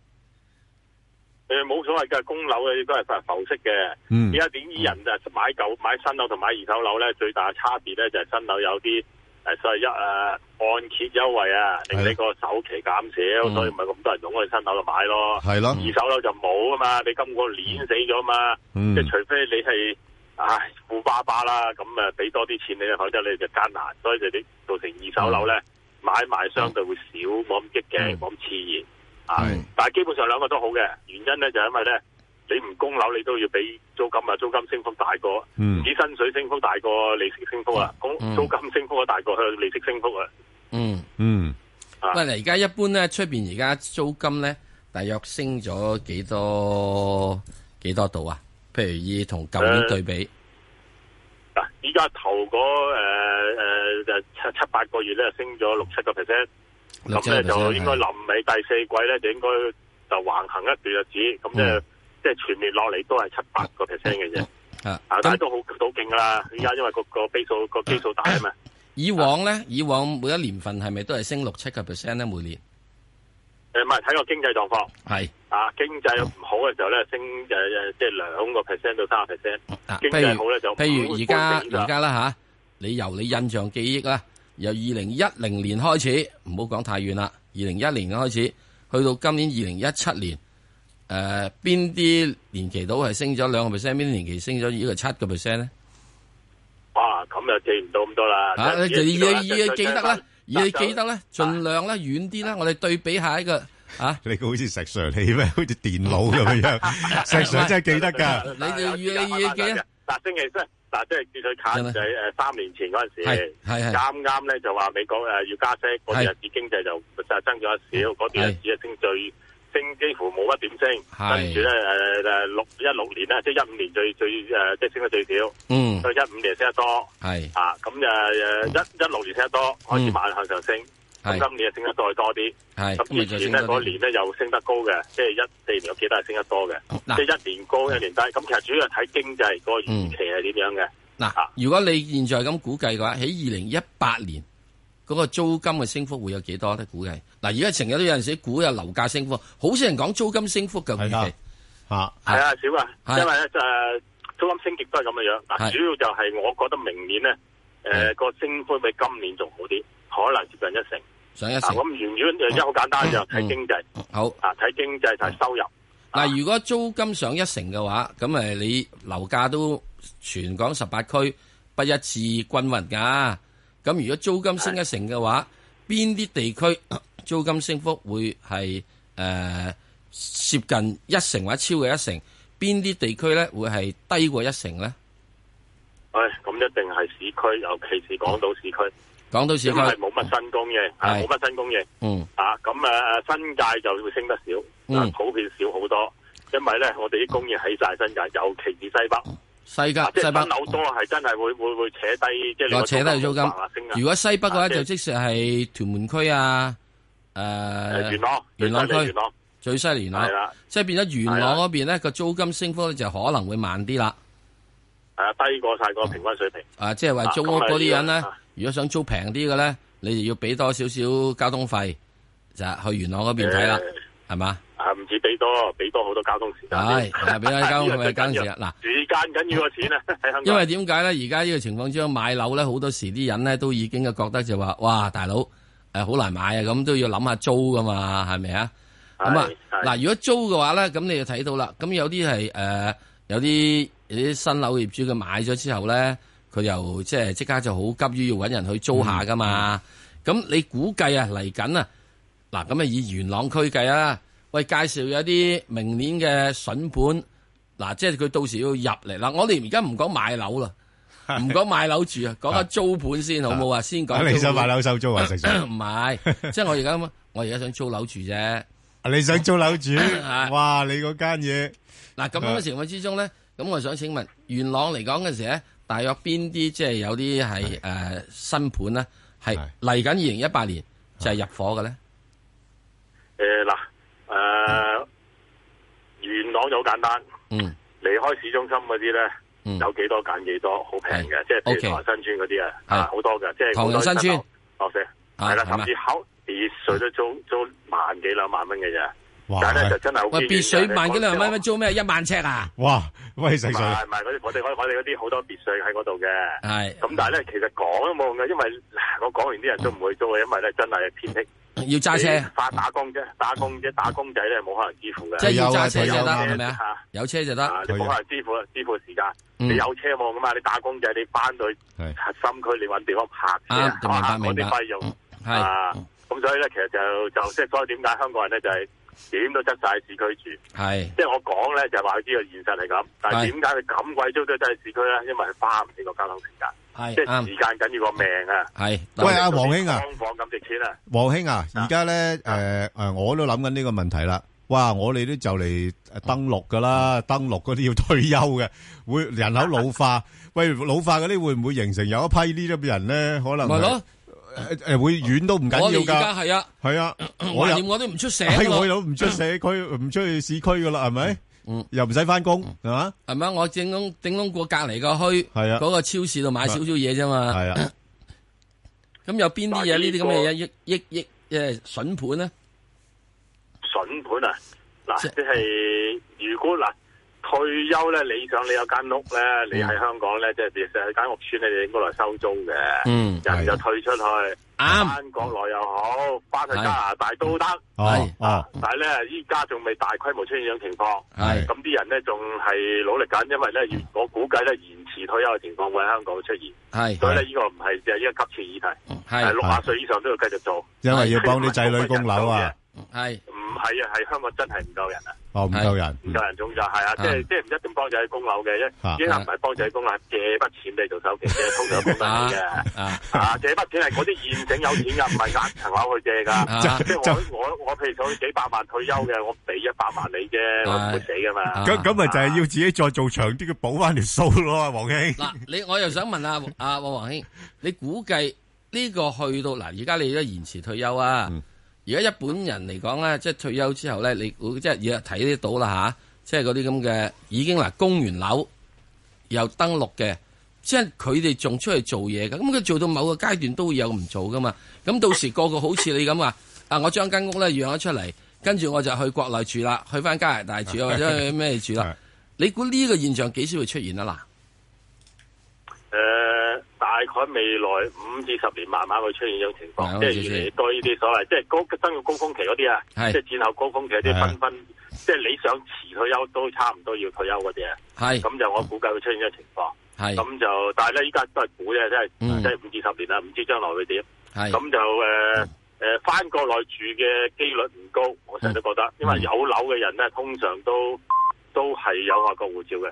誒冇所謂嘅，供樓嘅都係浮息嘅。
嗯
而家點以人就買舊買新樓同買二手樓咧，最大嘅差別咧就係新樓有啲誒所謂一誒按揭優惠啊，令你個首期減少，所以咪咁多人湧去新樓度買咯。
嗯係咯
二手樓就冇啊嘛，你今個年死咗嘛，
嗯
即係除非你係。唉，富爸爸啦，咁誒俾多啲錢你，否則你就艱難，所以就啲造成二手樓
嗯
咧買賣相對會少，冇咁激嘅，冇咁刺激。啊
係，
但係基本上兩個都好嘅，原因咧就係因為咧，你唔供樓你都要俾租金啊，租金升幅大過，
嗯
唔止薪水升幅大過利息升幅啊，供
嗯
租金升幅啊大過佢利息升幅啊，
嗯
嗯。
喂，嗱而家一般咧，出边而家租金咧，大約升咗幾多幾多度啊？譬如以同舊年
誒
對比，
依家頭嗰誒誒七七八個月咧，升咗六七個 percent，
六
咁咧
七個 percent，
就應該
係
臨尾第四季咧，就應該就橫行一段日子，
嗯
咁即係即係全面落嚟都係七八個 percent 嘅啫。
啊
啊，但係都好好勁㗎啦！依家因為個個基數個基數大啊
[laughs]
嘛，
以往咧，以往每一年份係咪都係升六七個 percent 咧？每年
誒唔係睇個經濟狀況。
係
啊，經濟唔好嘅時候咧，升誒誒，即係兩個 percent 到三十 percent。
啊，
經
譬
濟
如
好咧就
譬如而家
5%
而家啦吓，你由你印象記憶啦，由二零一零年開始，唔好講太遠啦，二零一零年開始，去到今年二零一七年，誒邊啲年期到係升咗兩個 percent，邊啲年期升咗呢個七個 percent 咧？
哇，咁就記唔到咁多啦。
啊，你就
知道
要要記得啦，要你記得。
就
咧，盡量咧遠啲啦，我哋對比下一個啊。
[laughs] 你好似石 Sir 你咩？ [laughs] 好似電腦咁
[laughs]
樣，石 Sir 真係記得㗎。
你哋要你要記得。
嗱，星期三嗱，即係最最近就係誒三年前嗰陣時，
係係係
啱啱咧就話美國誒要加息，嗰段
係
日子經濟就就增咗一少，嗰段日子啊升最升幾乎冇乜點升，
係
跟住咧誒誒六一六年咧，即係一五年最最誒即係升得最少，
嗯
到一五年升得多。
係
啊，咁誒誒一一六年升得多，開始
嗯
慢向上升。咁
係
今年就升得再多啲，
係
咁之前咧嗰年咧又升得高嘅，即係一四年我記得係升得多嘅，
嗯
即係一年高一年低。咁其實主要係睇經濟個
嗯
預期係點樣嘅。
嗱，如果你現在咁估計嘅話，喺二零一八年嗰個租金嘅升幅會有幾多咧？估計嗱，而家成日都有陣時估有樓價升幅，好少人講租金升幅嘅預期。
嚇，
係啊，少啊，
係
因為咧就係租金升極都係咁嘅樣。
係
嗱，主要就係我覺得明年咧，誒個升幅比今年仲好啲，可能接近一成。
上一
啊
成嗯
咁原因就一好簡單就睇經濟。
好嗯
啊，睇經濟睇收入。
嗱，如果租金上一成嘅話，咁誒你樓價都全港十八區不一致均勻㗎。咁如果租金升一成嘅話，邊啲地區 [coughs] 租金升幅會係誒、呃接近一成或者超過一成？邊啲地區咧會係低過一成咧？
唉，咁一定係市區，尤其是港島市區。
港島嗯市
因為
區，嗯
冇乜新供應，啊
係
冇乜新供應。
嗯，
啊，咁誒新界就會升得少，
嗯
啊普遍少好多，因為咧我哋啲工業喺晒新界，尤其是西北，
西
啊
噶
即係
西北
新。樓多係真係會會會扯低，即係你個
我哦扯低租金
房啊升啊。。
如果西北嘅
啊
話，
即係
就即使係屯門區啊，誒
誒元朗
元朗
最犀利
區
元朗
最犀利元朗
係啦，
即係變咗元朗嗰邊咧個租金升幅咧就可能會慢啲啦。
係啊，低過晒個平均水平。
啊，即係話租屋
啊咁啊
嗰啲人咧
啊，
如果想租平啲嘅咧，你就要俾多少少交通費，就係去元朗嗰邊睇啦，係嘛？
啊，唔止俾多，俾多好多交通時間。
係係俾多啲交通
[laughs]
費
呢個最緊要
交通時間嗱
時間緊要過錢啊！喺香港
因為點解咧？而家呢個情況之下，買樓咧好多時啲人咧都已經覺得就話，哇，大佬誒好難買啊，咁都要諗下租噶嘛，係咪啊？咁啊，
係
嗱，如果租嘅話咧，咁你就睇到啦。咁有啲係誒，有啲有啲新樓業主佢買咗之後咧，佢又即係即刻就好急於要揾人去租下噶嘛。咁、你估計啊嚟緊啊，嗱咁啊以元朗區計啊，喂介紹有啲明年嘅筍盤，嗱即係佢到時要入嚟啦。我哋而家唔講買樓
[laughs]
啦，唔講買樓住啊，講下租盤先好冇啊？先講租盤。
你想買樓收租啊石 Sir
[coughs] 唔係，即係我而家咁啊我而家想租樓住啫。
啊你想租樓住？
係
哇！你嗰間嘢
嗱咁樣嘅情況之中咧，咁我想請問元朗嚟講嘅時咧，大約邊啲即係有啲係誒新盤咧，係嚟緊二零一八年就係入伙嘅咧？
誒嗱誒元朗就好簡單。
嗯，
離開市中心嗰啲咧，
嗯
有幾多揀幾多，好平嘅，即係譬
OK
如唐人新村嗰啲啊，
係
啊好多嘅，即係
唐人新村
落石，
啊
係啦，
係嘛
甚至考別墅都租租萬幾兩萬蚊嘅啫，但係咧就真係好
喂，別墅萬幾兩萬蚊租咩？一萬尺啊？
哇！喂，
唔係唔係嗰啲，我哋我我哋嗰啲好多別墅喺嗰度嘅，
係
咁但係咧其實講都冇用嘅，因為 [laughs] 我講完啲人都唔會租嘅，因為咧真係偏僻。
要揸車，
打打工啫，打工啫，打工仔咧冇可能支付嘅，
即係要揸車就得，係咪啊？有車就得。
你冇可能支付支付時間，
嗯
你有車冇噶嘛？你打工仔，你翻到去 [laughs] 核心區，你揾地方泊車，
啱明白
啊嗰
明
啲
白
費用
係嗯
啊，咁所以咧，其實就就即係所以點解香港人咧就係點都執晒喺市區住，
係
即係我講咧就係話佢知道現實係咁，但係
係
點解佢咁鬼租都執喺市區咧？因為佢花唔起個交通時間，
係
即係
啱
時間緊要過命啊！
係
喂阿黃兄啊
劏房咁值錢啊！
à? ờ, 黃兄啊，而家咧，誒誒，我都諗緊呢個問題啦。哇！我哋都就嚟登陸噶啦，登陸嗰啲要 [laughs] 退休嘅，會人口老化。喂，老化嗰啲會唔會形成有一批呢啲咁嘅人咧？可能
咪咯
係，誒誒會遠都唔緊
我哋
要
而家
㗎。
係啊，
係啊，我
懷
又
念我都唔出社
係
㗎
我又唔出社區，唔出去市區噶啦，係咪？又唔使翻工，係嘛？
係咪？啊我整窿整窿過隔離個墟，
係啊
嗰個超市度買少少嘢啫嘛。
係啊。
咁有邊啲嘢呢啲咁嘅嘢益益益誒筍盤咧？
筍盤啊！嗱，即
嗯
係如果嗱退休咧，理想你有間屋咧，
嗯
你喺香港咧，即係其實喺間屋村咧，你應該嚟收租嘅。
嗯
人就退出去，
啱
翻國內又好，翻去加拿大都得。
哦哦，
嗯
但係咧，依家仲未大規模出現呢種情況。
係
咁啲人咧，仲係努力緊，因為咧，
嗯
越我估計咧，延遲退休嘅情況會喺香港出現。
係嗯
所以咧，呢個唔係即係一個急切議題。
係
六啊歲以上都要繼續做，
因為要幫啲仔女供樓啊。
嗯係
唔係啊？係香港真係唔夠人啊！
哦，唔夠人。
唔夠人種就係啊，即係即係唔一定幫仔供樓嘅，
啊
一依家唔係幫仔供樓，係借筆錢俾你做首
[laughs]
期嘅，通常供樓嘅。
啊
啊！借筆錢係嗰啲現整有錢㗎，唔係呃層樓去借
啊
㗎。即係我我我譬如講幾百萬退休嘅，我俾一百萬你啫，我唔會死㗎嘛。
啊咁咁咪就係要自己再做長啲，佢補翻條數咯，黃兄。
嗱，你我又想問啊，阿黃黃兄，你估計呢個去到嗱，而家你都延遲退休啊？而家一本人嚟講咧，即係退休之後咧，你估即係而家睇得到啦吓，即係嗰啲咁嘅已經嗱供完樓又登錄嘅，即係佢哋仲出去做嘢嘅，咁佢做到某個階段都會有唔做噶嘛。咁到時個個好似你咁話，啊我將間屋咧讓咗出嚟，跟住我就去國內住啦，去翻加拿大住啊或者去咩住啦。你估呢個現象幾時會出現啊？嗱？
誒，呃大概未來五至十年慢慢會出現呢種情
係
況，即係越嚟越多呢啲所謂即係高生育高峰期嗰啲啊，
係
即係戰後高峰期嗰啲
係啊
紛紛，即係你想遲退休都差唔多要退休嗰啲啊。
係
咁就我估計會出現呢種情況。
係
咁就，但係咧依家都係估啫，即
嗯
係即係五至十年啦，唔知將來會點。
係嗯
咁就誒誒翻國內住嘅機率唔
嗯
高，我成日都覺得，因為有樓嘅人咧，通常都都係有外國護照嘅。